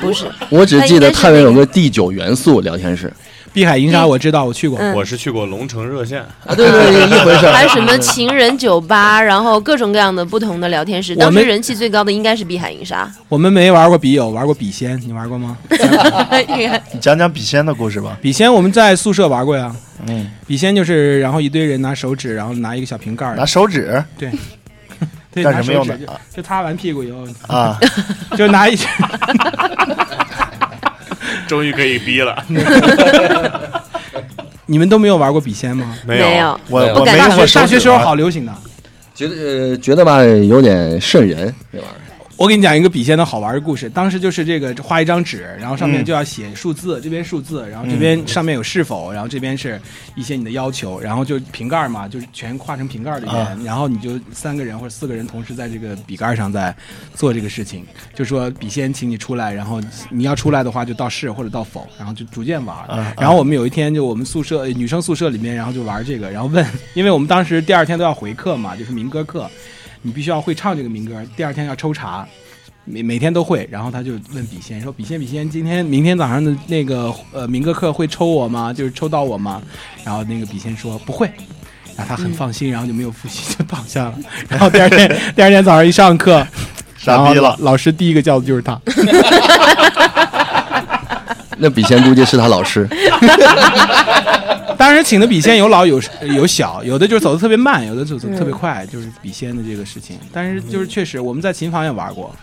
[SPEAKER 9] 不是，
[SPEAKER 5] 我只记得
[SPEAKER 9] 他应该是
[SPEAKER 5] 太原有个第九元素聊天室
[SPEAKER 10] 碧海银沙，我知道，我去过。
[SPEAKER 9] 嗯
[SPEAKER 7] 我是去过龙城热线，
[SPEAKER 5] 啊，对对对，一回事儿。
[SPEAKER 9] 还有什么情人酒吧，然后各种各样的不同的聊天室。
[SPEAKER 10] 我
[SPEAKER 9] 当
[SPEAKER 10] 们
[SPEAKER 9] 时人气最高的应该是碧海银沙。
[SPEAKER 10] 我们没玩过笔友，玩过笔仙，你玩过吗？
[SPEAKER 8] 你讲讲笔仙的故事吧。
[SPEAKER 10] 笔仙我们在宿舍玩过呀。
[SPEAKER 8] 嗯，
[SPEAKER 10] 笔仙就是，然后一堆人拿手指，然后拿一个小瓶盖儿
[SPEAKER 8] 拿，手指
[SPEAKER 10] 对，
[SPEAKER 8] 干
[SPEAKER 10] 拿手
[SPEAKER 8] 什么用
[SPEAKER 10] 指
[SPEAKER 8] 的？
[SPEAKER 10] 就就擦完屁股以后，
[SPEAKER 8] 啊？
[SPEAKER 10] 就拿一，
[SPEAKER 7] 终于可以逼 了。
[SPEAKER 10] 你们都没有玩过笔仙吗？
[SPEAKER 7] 没
[SPEAKER 9] 没
[SPEAKER 7] 有，
[SPEAKER 9] 有
[SPEAKER 8] 我
[SPEAKER 5] 对
[SPEAKER 8] 我没
[SPEAKER 9] 感
[SPEAKER 8] 用
[SPEAKER 10] 大
[SPEAKER 8] 过
[SPEAKER 9] 觉
[SPEAKER 8] 手
[SPEAKER 10] 学大学
[SPEAKER 8] 指
[SPEAKER 10] 时候
[SPEAKER 8] 啊
[SPEAKER 10] 好流行的。
[SPEAKER 5] 觉得呃觉得吧，有点瘆人这玩意儿。
[SPEAKER 10] 我给你讲一个笔仙的好玩的故事。当时就是这个画一张纸，然后上面
[SPEAKER 8] 嗯
[SPEAKER 10] 就要写数字，这边数字，然后这边上面有是否，然后这边是一些你的要求，然后就瓶盖儿嘛，就是全画成瓶盖儿里面，
[SPEAKER 8] 啊
[SPEAKER 10] 然后你就三个人或者四个人同时在这个笔盖儿上在做这个事情，就说笔仙请你出来，然后你要出来的话就到是或者到否，然后就逐渐玩儿。
[SPEAKER 8] 啊
[SPEAKER 10] 然后我们有一天就我们宿舍呃女生宿舍里面，然后就玩这个，然后问， 因为我们当时第二天都要回课嘛，就是民歌课，你必须要会唱这个民歌，第二天要抽查，每每天都会。然后他就问笔仙说：“笔仙，笔仙，今天明天早上的那个呃民歌课会抽我吗？就是抽到我吗？”然后那个笔仙说：“不会。”然后他很放心，然后就没有复习，就躺下了。然后第二天，第二天早上一上课，然
[SPEAKER 8] 傻
[SPEAKER 10] 后
[SPEAKER 8] 逼了。
[SPEAKER 10] 老师第一个叫的就是他。
[SPEAKER 5] 那笔仙估计是他老师，
[SPEAKER 10] 当时请的笔仙有老有有小，有的就是走的特别慢，有的走的特别快，就是笔仙的这个事情。但是就是确实我们在琴房也玩过，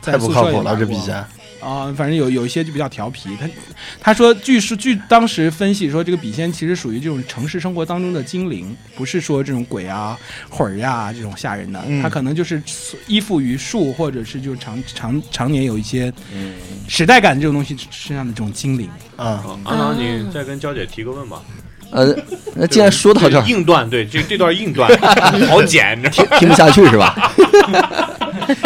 [SPEAKER 10] 在
[SPEAKER 8] 太不
[SPEAKER 10] 宿
[SPEAKER 8] 靠
[SPEAKER 10] 舍也
[SPEAKER 8] 谱了，
[SPEAKER 10] 打
[SPEAKER 8] 这
[SPEAKER 10] 过
[SPEAKER 8] 笔钱。
[SPEAKER 10] 啊、反正有有一些就比较调皮。他他说，据是据当时分析说，这个笔仙其实属于这种城市生活当中的精灵，不是说这种鬼啊、魂儿呀、这种吓人的，
[SPEAKER 8] 嗯
[SPEAKER 10] 他可能就是依附于树，或者是就常常常年有一些
[SPEAKER 8] 嗯
[SPEAKER 10] 时代感这种东西身上的这种精灵。
[SPEAKER 8] 啊，
[SPEAKER 7] 阿郎，你再跟娇姐提个问 吧。
[SPEAKER 5] 呃，那既然 说到这儿，
[SPEAKER 7] 硬段，对，这这段硬 段好 剪，你知道吗？
[SPEAKER 5] 听不下去是 吧？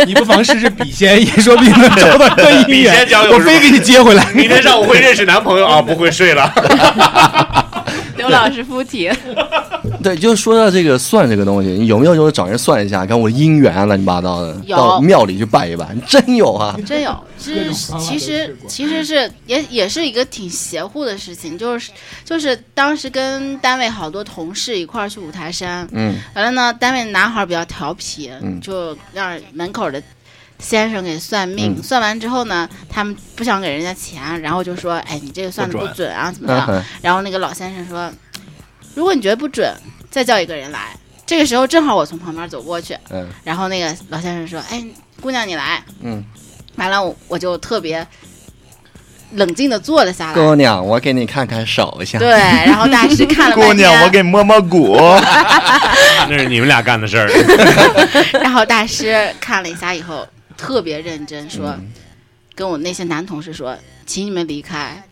[SPEAKER 10] 你不妨试试笔仙，也说不定能找到个姻
[SPEAKER 7] 笔仙
[SPEAKER 10] 缘
[SPEAKER 7] 交。友
[SPEAKER 10] 我
[SPEAKER 7] 是吧
[SPEAKER 10] 非给你接回来。
[SPEAKER 7] 明天上午会认识男朋友啊，不会睡了。
[SPEAKER 6] 刘老师附体，
[SPEAKER 5] 对，就说到这个算这个东西，你有没有就是找人算一下，看我姻缘啊乱七八糟的，
[SPEAKER 6] 有
[SPEAKER 5] 到庙里去拜一拜，真有啊！
[SPEAKER 6] 真有。其实其实其实是也也是一个挺邪乎的事情，就是就是当时跟单位好多同事一块儿去五台山，
[SPEAKER 5] 嗯，
[SPEAKER 6] 完了呢，单位男孩儿比较调皮，
[SPEAKER 5] 嗯
[SPEAKER 6] 就让门口的先生给算命。
[SPEAKER 5] 嗯
[SPEAKER 6] 算完之后呢，他们不想给人家钱，然后就说：“哎，你这个算的
[SPEAKER 8] 不
[SPEAKER 6] 不
[SPEAKER 8] 准
[SPEAKER 6] 准啊，怎么
[SPEAKER 5] 嗯
[SPEAKER 6] 样
[SPEAKER 5] 哼，？”
[SPEAKER 6] 然后那个老先生说：“如果你觉得不准，再叫一个人来。”这个时候正好我从旁边走过去，
[SPEAKER 5] 嗯
[SPEAKER 6] 然后那个老先生说：“哎，姑娘你来。
[SPEAKER 5] 嗯，”
[SPEAKER 6] 完了，我我就特别冷静的坐了下来。
[SPEAKER 5] 姑娘，我给你看看手相。
[SPEAKER 6] 对，然后大师看了半
[SPEAKER 8] 姑
[SPEAKER 6] 天，
[SPEAKER 8] 娘，我给你摸 摸骨。
[SPEAKER 5] 哎
[SPEAKER 7] 那是你们俩干的事儿。
[SPEAKER 6] 然后大师看了一下以后，特别认真说，
[SPEAKER 5] 嗯
[SPEAKER 6] 跟我那些男同事说，请你们离开。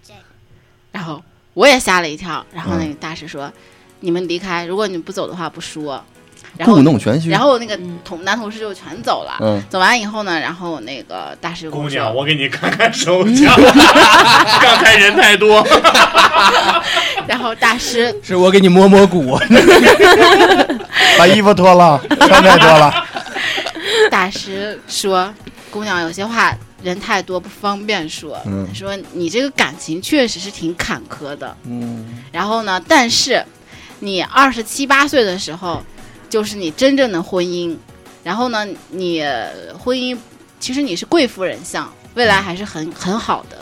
[SPEAKER 6] 然后我也吓了一跳。然后那个
[SPEAKER 5] 嗯
[SPEAKER 6] 大师说，你们离开，如果你不走的话，不说。然后
[SPEAKER 5] 故，弄玄虚。
[SPEAKER 6] 然后那个同男同事就全走了。
[SPEAKER 5] 嗯
[SPEAKER 6] 走完以后呢，然后那个大师跟
[SPEAKER 7] 姑
[SPEAKER 6] 我
[SPEAKER 7] 娘，
[SPEAKER 6] 说，
[SPEAKER 7] 我给你看看手 相。刚才人太 多，
[SPEAKER 6] 然后大师
[SPEAKER 10] 是我给你摸摸骨，
[SPEAKER 8] 把衣服脱了，穿太多了。
[SPEAKER 6] 大师说，姑娘有些话人太多不方便说，
[SPEAKER 5] 嗯
[SPEAKER 6] 说你这个感情确实是挺坎坷的。
[SPEAKER 5] 嗯，
[SPEAKER 6] 然后呢，但是你二十七八岁的时候，就是你真正的婚姻。然后呢，你呃婚姻其实你是贵妇人相，未来还是 很很好的。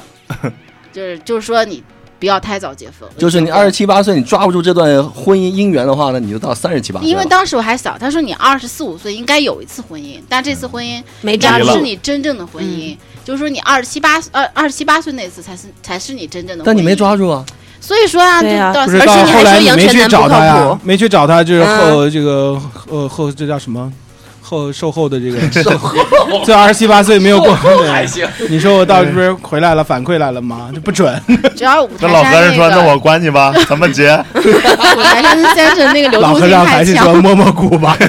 [SPEAKER 6] 就是就是说你不要太早结婚，
[SPEAKER 5] 就是你二十七八岁，你抓不住这段婚姻姻缘的话呢，你就到三十七八岁了。
[SPEAKER 6] 因为当时我还小，他说你二十四五岁应该有一次婚姻，但这次婚姻
[SPEAKER 9] 没
[SPEAKER 6] 这
[SPEAKER 9] 抓
[SPEAKER 8] 急
[SPEAKER 6] 不
[SPEAKER 8] 了
[SPEAKER 6] 是
[SPEAKER 9] 住，
[SPEAKER 6] 你真正的
[SPEAKER 5] 嗯
[SPEAKER 6] 婚姻，就是说你二十七八二二十七八岁那次才是才是你真正的婚姻。
[SPEAKER 5] 但你没，抓住啊，
[SPEAKER 6] 所以说啊，
[SPEAKER 9] 对啊
[SPEAKER 6] 就到
[SPEAKER 10] 不是
[SPEAKER 9] 而且
[SPEAKER 10] 到
[SPEAKER 9] 你还
[SPEAKER 10] 后来
[SPEAKER 9] 说
[SPEAKER 10] 你
[SPEAKER 9] 杨
[SPEAKER 10] 没
[SPEAKER 9] 晨
[SPEAKER 10] 去
[SPEAKER 9] 南
[SPEAKER 10] 找
[SPEAKER 9] 不靠
[SPEAKER 10] 他呀
[SPEAKER 9] 谱，嗯
[SPEAKER 10] 没去找他，就是后这个呃后这叫什么？后售后的这个售后，这二十七八岁没有过，还行。你说我到这
[SPEAKER 9] 嗯
[SPEAKER 10] 边回来了，反馈来了吗？这不准。
[SPEAKER 6] 只要五
[SPEAKER 8] 那
[SPEAKER 6] 台
[SPEAKER 8] 老和
[SPEAKER 6] 山
[SPEAKER 8] 尚说：“那
[SPEAKER 6] 个
[SPEAKER 8] 我管你吧，咱们结。
[SPEAKER 6] 五台山先生那个流
[SPEAKER 10] 老
[SPEAKER 6] 动
[SPEAKER 10] 和
[SPEAKER 6] 性
[SPEAKER 10] 尚还
[SPEAKER 6] 太
[SPEAKER 10] 是
[SPEAKER 6] 强
[SPEAKER 10] 说 摸摸骨吧。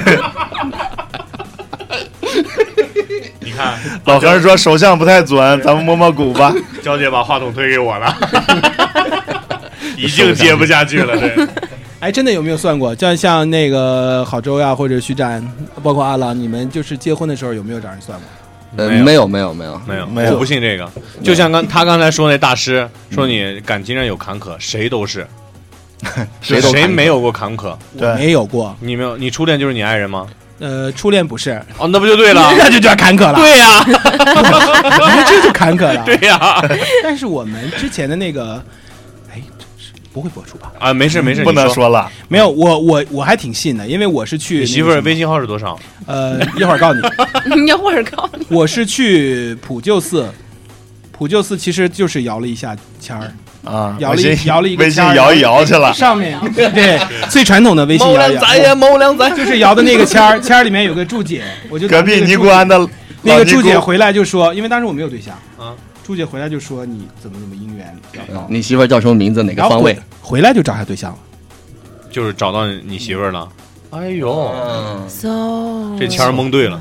[SPEAKER 7] 你看”
[SPEAKER 8] 老和尚说：“手相不太准，咱们摸摸骨吧。
[SPEAKER 7] 娇姐把话筒推给我 了，已经接不下去了。这
[SPEAKER 10] 哎，真的有没有算过？像像那个郝周呀，或者徐展，包括阿郎，你们就是结婚的时候有没有找人算过？
[SPEAKER 5] 呃，
[SPEAKER 7] 没有
[SPEAKER 5] 没有没有没有，
[SPEAKER 7] 没有，
[SPEAKER 8] 没有
[SPEAKER 7] 我不信这个。就像刚他刚才说那大师说你感情上有坎坷，谁都是，
[SPEAKER 5] 谁都
[SPEAKER 7] 谁
[SPEAKER 5] 看不
[SPEAKER 7] 没有过坎坷？”
[SPEAKER 10] 我
[SPEAKER 8] 对，
[SPEAKER 10] 没有过。
[SPEAKER 7] 你没有，你初恋就是你爱人吗？
[SPEAKER 10] 呃，初恋不是，
[SPEAKER 7] 哦，那不就 对了。
[SPEAKER 10] 那就叫坎坷了。
[SPEAKER 7] 对呀，
[SPEAKER 10] 这就坎坷了。
[SPEAKER 7] 对哎呀，
[SPEAKER 10] 但是我们之前的那个，哎，这是不会播出吧？
[SPEAKER 7] 啊，没事没事，
[SPEAKER 8] 不能
[SPEAKER 7] 你说。
[SPEAKER 8] 说了。
[SPEAKER 10] 没有，我我我还挺信的，因为我是去
[SPEAKER 7] 你
[SPEAKER 10] 那
[SPEAKER 7] 媳妇
[SPEAKER 10] 个
[SPEAKER 7] 儿
[SPEAKER 10] 什么
[SPEAKER 7] 微信号是多少？
[SPEAKER 10] 呃，一会儿告诉你，
[SPEAKER 9] 你要会儿高，
[SPEAKER 10] 我是去普救寺，普救寺其实就是摇了一下签儿，
[SPEAKER 8] 啊，
[SPEAKER 10] 摇了
[SPEAKER 8] 微
[SPEAKER 10] 一
[SPEAKER 8] 信
[SPEAKER 10] 摇了一个
[SPEAKER 8] 微信
[SPEAKER 10] 签儿
[SPEAKER 8] 摇一摇去
[SPEAKER 7] 啊
[SPEAKER 8] 了。
[SPEAKER 10] 上 面对最传统的微信摇一摇，
[SPEAKER 5] 谋良咱
[SPEAKER 10] 就是摇的那个签儿，签儿里面有个注解，我就
[SPEAKER 8] 隔壁尼姑
[SPEAKER 10] 姑
[SPEAKER 8] 庵的老
[SPEAKER 10] 那个
[SPEAKER 8] 尼
[SPEAKER 10] 注解
[SPEAKER 8] 姑
[SPEAKER 10] 回来就说，因为当时我没有对象
[SPEAKER 7] 啊，
[SPEAKER 10] 注解回来就说你怎么怎么姻缘比较高，
[SPEAKER 5] 你媳妇儿叫什么名字？呃哪个
[SPEAKER 10] 然后
[SPEAKER 5] 方位
[SPEAKER 10] 回？回来就找下对象了。
[SPEAKER 7] 就是找到你媳妇儿了。哎呦，
[SPEAKER 5] 嗯，
[SPEAKER 7] 这签儿蒙对了。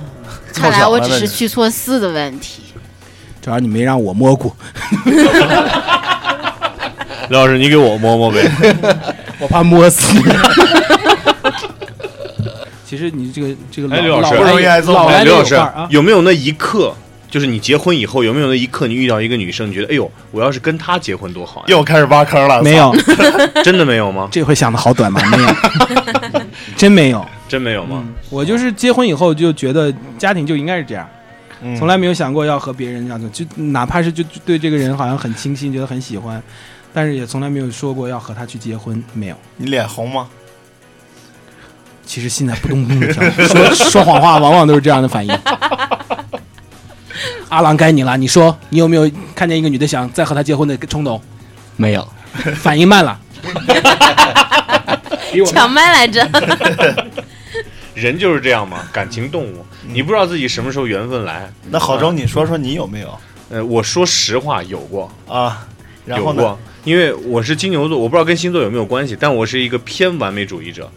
[SPEAKER 6] 看来我只是去错寺的问题。
[SPEAKER 10] 主要你没让我摸过，
[SPEAKER 7] 刘老师，你给我摸 摸呗。
[SPEAKER 10] 我怕摸死你。 其实你这个这个
[SPEAKER 7] 哎刘
[SPEAKER 10] 老
[SPEAKER 7] 老
[SPEAKER 10] 老
[SPEAKER 7] 师
[SPEAKER 8] 不容易挨揍
[SPEAKER 10] 老
[SPEAKER 8] 哎
[SPEAKER 10] 来
[SPEAKER 7] 刘
[SPEAKER 10] 有
[SPEAKER 7] 老师
[SPEAKER 10] 伴儿啊，
[SPEAKER 7] 有没有那一刻，就是你结婚以后，有没有那一刻，你遇到一个女生，你觉得，哎呦，我要是跟她结婚多好呀？
[SPEAKER 8] 又开始挖坑了。
[SPEAKER 10] 没有，
[SPEAKER 7] 真的没有吗？
[SPEAKER 10] 这回想的好短吗？没 有，真没有。
[SPEAKER 7] 真没有吗？
[SPEAKER 10] 我就是结婚以后就觉得家庭就应该是这样，
[SPEAKER 8] 嗯，
[SPEAKER 10] 从来没有想过要和别人这样子，就哪怕是就就对这个人好像很倾心，觉得很喜欢，但是也从来没有说过要和他去结婚，没有。
[SPEAKER 8] 你脸红吗？
[SPEAKER 10] 其 实心在扑通扑通的跳，说说谎话往往都是这样的反应。 阿郎该你了，你说你有没有看见一个女的想再和他结婚的冲动？
[SPEAKER 5] 没有，
[SPEAKER 10] 反应慢了，比我
[SPEAKER 9] 抢麦来着，
[SPEAKER 7] 人就是这样嘛，感情动物，你不知道自己什么时候缘分来。
[SPEAKER 8] 那郝周，你说说你有没有
[SPEAKER 7] 呃，我说实话，有过，
[SPEAKER 8] 啊？然
[SPEAKER 7] 有
[SPEAKER 8] 后呢？
[SPEAKER 7] 过，因为我是金牛座，我不知道跟星座有没有关系，但我是一个偏完美主义者，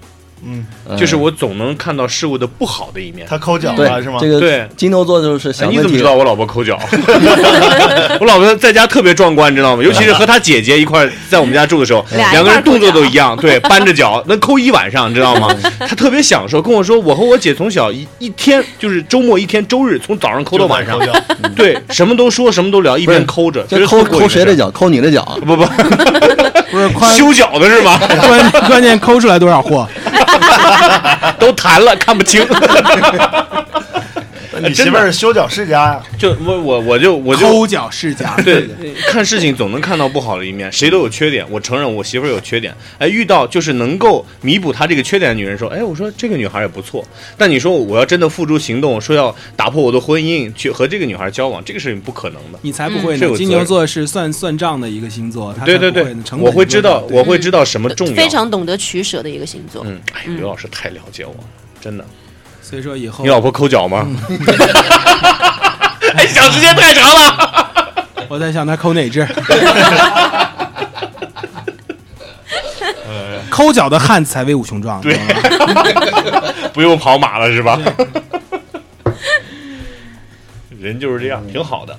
[SPEAKER 8] 嗯，
[SPEAKER 5] 嗯
[SPEAKER 7] 就是我总能看到事物的不好的一面。
[SPEAKER 8] 他抠脚了
[SPEAKER 5] 对
[SPEAKER 8] 是吗？
[SPEAKER 5] 这个
[SPEAKER 7] 对
[SPEAKER 5] 金牛座就是
[SPEAKER 7] 哎
[SPEAKER 5] 想
[SPEAKER 7] 你
[SPEAKER 5] 问
[SPEAKER 7] 怎么
[SPEAKER 5] 题
[SPEAKER 7] 知道我老婆抠脚？ 我老婆在家特别壮观，你知道吗？尤其是和她姐姐一块儿在我们家住的时候，
[SPEAKER 9] 俩
[SPEAKER 7] 两个
[SPEAKER 9] 一块儿
[SPEAKER 7] 人
[SPEAKER 9] 抠
[SPEAKER 7] 动作都一样，对，扳着脚能抠一晚上，你知道吗？她特别享受，跟我说，我和我姐从小一一天就是周末一天，周日从早上抠到晚上
[SPEAKER 8] 就， 在抠脚
[SPEAKER 7] 对，什么都说，什么都聊，一边抠着，觉
[SPEAKER 5] 就
[SPEAKER 7] 得
[SPEAKER 5] 抠
[SPEAKER 7] 特过瘾
[SPEAKER 5] 抠谁的？脚？抠你的脚？
[SPEAKER 7] 不 不，
[SPEAKER 10] 不是关
[SPEAKER 7] 修脚的是吗？
[SPEAKER 10] 关关键抠出来多少货？
[SPEAKER 7] 都弹了，看不 清。
[SPEAKER 8] 你媳妇儿是修脚世家呀？
[SPEAKER 7] 就我我我就我就
[SPEAKER 10] 抠脚世家，
[SPEAKER 7] 对，看事情总能看到不好的一面，谁都有缺点。我承认我媳妇儿有缺点，哎，遇到就是能够弥补她这个缺点的女人，说，哎，我说这个女孩也不错。但你说我要真的付诸行动，说要打破我的婚姻，去和这个女孩交往，这个事情不可能的。
[SPEAKER 10] 你才不会
[SPEAKER 7] 这
[SPEAKER 10] 呢
[SPEAKER 7] 有责！任
[SPEAKER 10] 金牛座是算算账的一个星座，他才
[SPEAKER 7] 对对
[SPEAKER 10] 不
[SPEAKER 7] 对
[SPEAKER 10] 呢，成本
[SPEAKER 7] 我会
[SPEAKER 10] 就
[SPEAKER 7] 知道，
[SPEAKER 10] 对
[SPEAKER 7] 我会知道什么重要。
[SPEAKER 9] 非常懂得取舍的一个星座。
[SPEAKER 7] 嗯，哎，刘老师太了解我了，真的。
[SPEAKER 10] 所以说以后
[SPEAKER 7] 你老婆抠脚吗？ 哎，想时间太长了。
[SPEAKER 10] 我在想他抠哪只？抠脚的汉子才威武雄壮，对
[SPEAKER 7] 不用跑马了是吧？ 人就是这样，挺好的。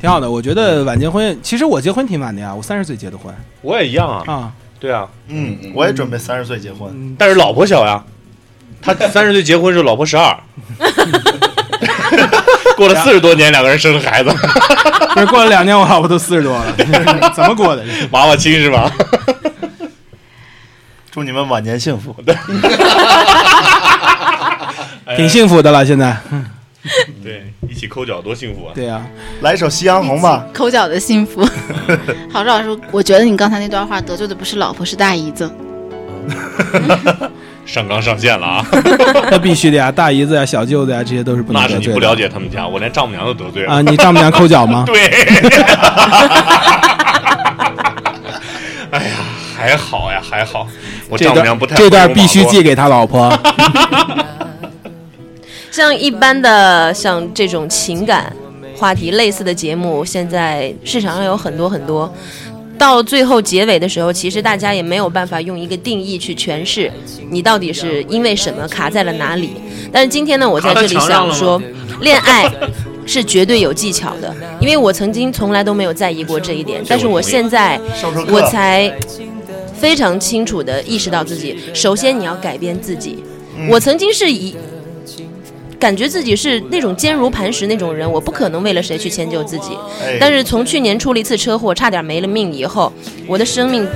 [SPEAKER 10] 挺好的。我觉得晚结婚，其实我结婚挺晚的呀，我三十岁结的婚
[SPEAKER 7] 我也一样啊，
[SPEAKER 10] 啊。
[SPEAKER 7] 对啊，
[SPEAKER 8] 嗯，我也准备三十岁结婚，
[SPEAKER 10] 嗯
[SPEAKER 7] 但是老婆小呀，他三十岁结婚时候老婆十二， 过了四十多年，两个人生了孩子，
[SPEAKER 10] 不啊是过了两年，我老婆都四十多 了，怎么过的？
[SPEAKER 7] 娃娃亲是吧？
[SPEAKER 8] 祝你们晚年幸福。
[SPEAKER 10] 挺幸福的了，现在。
[SPEAKER 7] 对，一起抠脚多幸福啊！
[SPEAKER 10] 对呀，
[SPEAKER 8] 来一首《夕阳红》吧。
[SPEAKER 6] 抠脚的幸 福。郝周老师，我觉得你刚才那段话得罪的不是老婆，是大姨子。
[SPEAKER 7] 上纲上线 了啊！
[SPEAKER 10] 那必须的呀，大姨子呀、小舅子呀，这些都是不能
[SPEAKER 7] 那是
[SPEAKER 10] 得
[SPEAKER 7] 你
[SPEAKER 10] 罪的。
[SPEAKER 7] 不了解他们家，我连丈母娘都得罪了。
[SPEAKER 10] 啊！你丈母娘抠脚吗？
[SPEAKER 7] 对，哎呀，还好呀，还好， 我
[SPEAKER 10] 这
[SPEAKER 7] 丈母娘
[SPEAKER 10] 段
[SPEAKER 7] 不太
[SPEAKER 10] 这段
[SPEAKER 7] 会
[SPEAKER 10] 必
[SPEAKER 7] 用
[SPEAKER 10] 须
[SPEAKER 7] 网络
[SPEAKER 10] 寄给他 老婆。
[SPEAKER 9] 像一般的像这种情感话题类似的节目，现在市场上有很多很多。到最后结尾的时候，其实大家也没有办法用一个定义去诠释你到底是因为什么卡在了哪里。但是今天呢，我在这里想说，恋爱是绝对有技巧的，因为我曾经从来都没有在意过这一点，但是我现在
[SPEAKER 8] 授受
[SPEAKER 9] 我
[SPEAKER 8] 课，
[SPEAKER 9] 才非常清楚的意识到自己，首先你要改变自己。
[SPEAKER 8] 嗯
[SPEAKER 9] 我曾经是以感觉自己是那种坚如磐石那种人，我不可能为了谁去迁就自己。
[SPEAKER 8] 哎
[SPEAKER 9] 但是从去年出了一次车祸，差点没了命以后，我的生命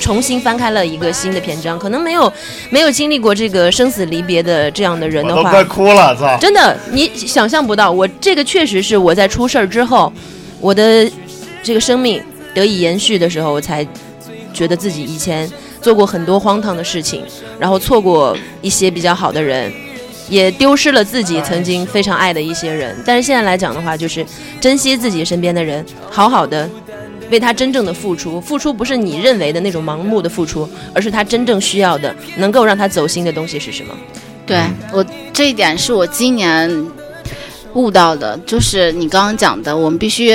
[SPEAKER 9] 重新翻开了一个新的篇章。可能没有没有经历过这个生死离别的这样的人
[SPEAKER 8] 我
[SPEAKER 9] 的
[SPEAKER 8] 都
[SPEAKER 9] 话，
[SPEAKER 8] 快哭了，
[SPEAKER 5] 哦
[SPEAKER 8] 操！
[SPEAKER 9] 真的，你想象不到，我这个确实是我在出事儿之后，我的这个生命得以延续的时候，我才觉得自己以前做过很多荒唐的事情，然后错过一些比较好的人，也丢失了自己曾经非常爱的一些人。但是现在来讲的话，就是珍惜自己身边的人，好好的。为他真正的付出，付出不是你认为的那种盲目的付出，而是他真正需要的，能够让他走心的东西是什么？
[SPEAKER 6] 对
[SPEAKER 10] 嗯
[SPEAKER 6] 我这一点是我今年悟到的，就是你刚刚讲的，我们必须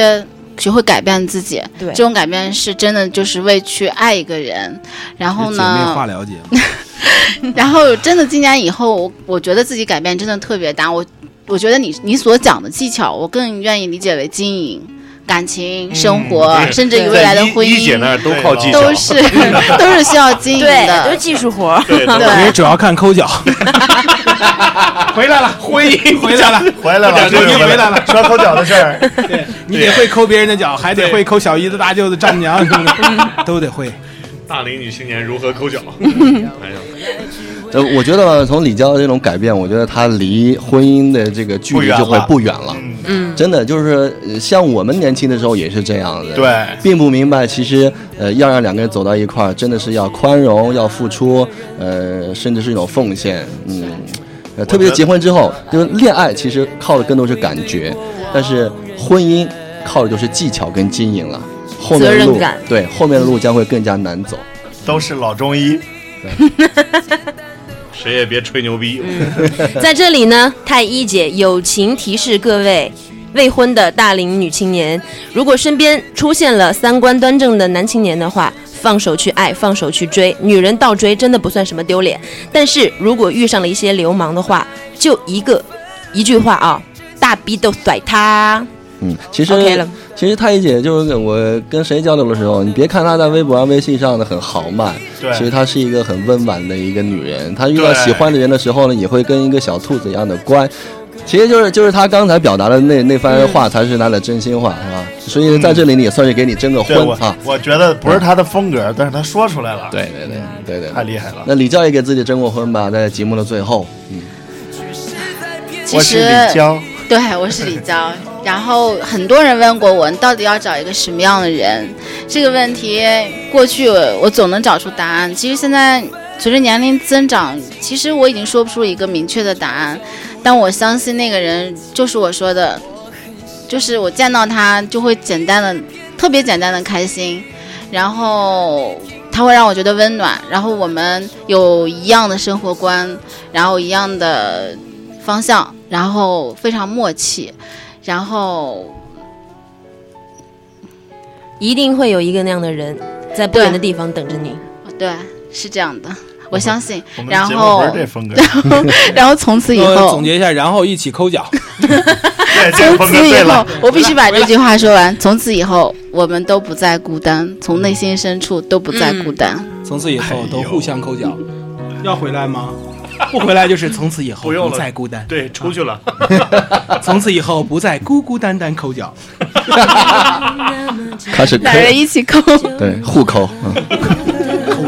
[SPEAKER 6] 学会改变自己。
[SPEAKER 9] 对
[SPEAKER 6] 这种改变是真的，就是为去爱一个人。然后
[SPEAKER 10] 姐妹话
[SPEAKER 6] 呢，
[SPEAKER 10] 了解吗，
[SPEAKER 6] 然后真的今年以后，我我觉得自己改变真的特别大。我我觉得你你所讲的技巧，我更愿意理解为经营、感情、生活，
[SPEAKER 10] 嗯
[SPEAKER 7] 对
[SPEAKER 6] 甚至于未来的
[SPEAKER 7] 在一
[SPEAKER 6] 婚
[SPEAKER 7] 一姐
[SPEAKER 6] 姻，
[SPEAKER 7] 那儿都靠技巧，
[SPEAKER 6] 都 是都是需要经营的。
[SPEAKER 9] 都是技术活儿。
[SPEAKER 7] 对，
[SPEAKER 6] 对
[SPEAKER 10] 其实主要看抠 脚。
[SPEAKER 7] 回来了，婚姻
[SPEAKER 10] 回来了，
[SPEAKER 8] 回来了，
[SPEAKER 7] 两个人
[SPEAKER 8] 终于
[SPEAKER 7] 回来
[SPEAKER 8] 了，说抠脚的事儿。
[SPEAKER 10] 你得会抠别人的脚，还得会抠小姨子、大舅子、丈母 娘，什么
[SPEAKER 7] 嗯
[SPEAKER 10] 的都得会。
[SPEAKER 7] 大龄女青年如何抠脚？ 哎呀，
[SPEAKER 5] 呃，我觉得从李娇的这种改变，我觉得她离婚姻的这个 距离就会不远了。
[SPEAKER 8] 嗯，
[SPEAKER 5] 真的就是呃像我们年轻的时候也是这样的，
[SPEAKER 8] 对
[SPEAKER 5] 并不明白其实呃要让两个人走到一块儿，真的是要宽容，要付出，呃，甚至是一种奉献，嗯。呃特别是结婚之后，因为恋爱其实靠的更多是感觉，但是婚姻靠的就是技巧跟经营了。后面的
[SPEAKER 9] 责
[SPEAKER 5] 路
[SPEAKER 9] 任感
[SPEAKER 5] 对后面的路将会更加难走。
[SPEAKER 8] 都是老中医，
[SPEAKER 7] 谁也别吹牛逼。
[SPEAKER 6] 嗯
[SPEAKER 9] 在这里呢，太一姐友情提示各位未婚的大龄女青年，如果身边出现了三观端正的男青年的话，放手去爱，放手去追，女人倒追真的不算什么丢脸。但是如果遇上了一些流氓的话，就一个一句话啊，大逼都甩他。
[SPEAKER 5] 嗯，其实
[SPEAKER 9] OK 了，
[SPEAKER 5] 其实太医姐就是我跟谁交流的时候，你别看她在微博啊、微信上的很豪迈，
[SPEAKER 8] 对
[SPEAKER 5] 其实她是一个很温婉的一个女人。她遇到
[SPEAKER 8] 对
[SPEAKER 5] 喜欢的人的时候呢，也会跟一个小兔子一样的乖。其实就是就是她刚才表达的那那番
[SPEAKER 6] 嗯
[SPEAKER 5] 话，才是她的真心话，是吧？所以在这里，你也算是给你征个
[SPEAKER 8] 对
[SPEAKER 5] 婚
[SPEAKER 8] 我
[SPEAKER 5] 啊。
[SPEAKER 8] 我觉得不是他的风格，但是他说出来了，
[SPEAKER 5] 对对对对对
[SPEAKER 8] 太厉害了。
[SPEAKER 5] 那李教也给自己征过婚吧，在节目的最后，嗯，
[SPEAKER 6] 其
[SPEAKER 8] 我是
[SPEAKER 6] 实
[SPEAKER 8] 李娇，
[SPEAKER 6] 对，我是李娇。然后很多人问过我，你到底要找一个什么样的人？这个问题过去我总能找出答案。其实现在随着年龄增长，其实我已经说不出一个明确的答案。但我相信那个人就是我说的，就是我见到他就会简单的、特别简单的开心，然后他会让我觉得温暖，然后我们有一样的生活观，然后一样的方向，然后非常默契，然后
[SPEAKER 9] 一定会有一个那样的人，在不远的地方等着你。
[SPEAKER 6] 对，是这样的，我相信
[SPEAKER 8] 我。们
[SPEAKER 6] 然
[SPEAKER 8] 的节目
[SPEAKER 6] 后
[SPEAKER 8] 不是，这 风格，
[SPEAKER 6] 然后从此以
[SPEAKER 10] 呃
[SPEAKER 6] 后
[SPEAKER 10] 总，结一下，然后一起抠脚。
[SPEAKER 8] 对这
[SPEAKER 6] 从
[SPEAKER 8] 个风
[SPEAKER 6] 此
[SPEAKER 8] 格
[SPEAKER 6] 以
[SPEAKER 8] 对
[SPEAKER 6] 后
[SPEAKER 8] 了。，
[SPEAKER 6] 我必须把这句 话说完。从此以后，我们都不再孤单，从内心深处都不再孤单。
[SPEAKER 10] 从此以后都互相抠脚。要回来吗？不回来就是从此以后
[SPEAKER 7] 不用了
[SPEAKER 10] 不再孤单，
[SPEAKER 7] 对，出去了。
[SPEAKER 10] 从此以后不再孤孤单单抠脚。
[SPEAKER 5] 开始
[SPEAKER 6] 俩人一起抠，
[SPEAKER 5] 对，互抠，嗯，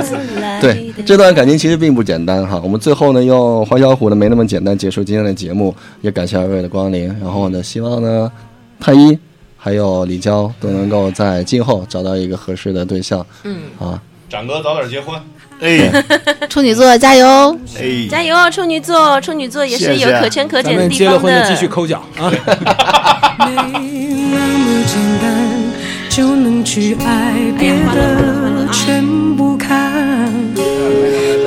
[SPEAKER 5] 对，这段感情其实并不简单哈。我们最后呢，用黄小琥的《没那么简单》结束今天的节目，也感谢二位的光临。然后呢，希望呢，太一还有李娇都能够在今后找到一个合适的对象。嗯，啊，
[SPEAKER 7] 展哥早点结婚，
[SPEAKER 8] 哎
[SPEAKER 6] 处女座加油！
[SPEAKER 8] 哎，
[SPEAKER 9] 加油，啊处女座，处女座也是有
[SPEAKER 8] 谢谢
[SPEAKER 9] 可圈可
[SPEAKER 10] 咱
[SPEAKER 9] 点的
[SPEAKER 10] 们
[SPEAKER 9] 地
[SPEAKER 10] 结了
[SPEAKER 9] 方
[SPEAKER 10] 婚的继续抠脚啊！
[SPEAKER 4] 那么简单就能去爱，别的全不看，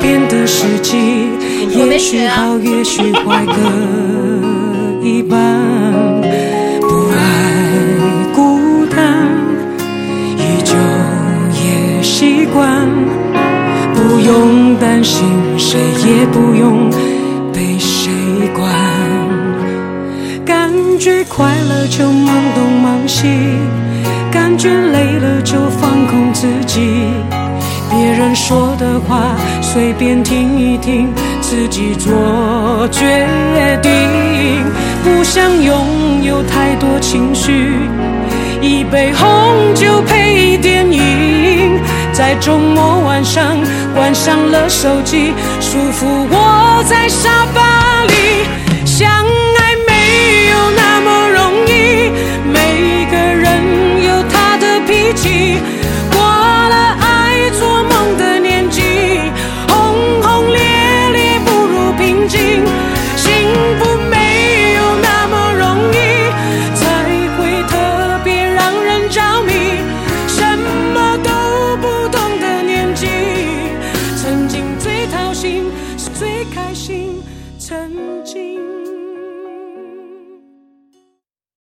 [SPEAKER 4] 变得实际，也许好，也许坏各一半。不爱孤单，依旧也习惯，不用担心，谁也不用被谁管。感觉快乐就忙东忙西，感觉累了就放空自己。别人说的话随便听一听，自己做决定。不想拥有太多情绪，一杯红酒配一电影，在周末晚上关上了手机，舒服窝在沙发里，相爱没有那么容易，每个人有他的脾气。过了爱做梦的年纪，轰轰烈烈不如平静，幸福没有那么容易，才会特别让人着迷。什么都不懂的年纪，曾经最掏心，是最开心。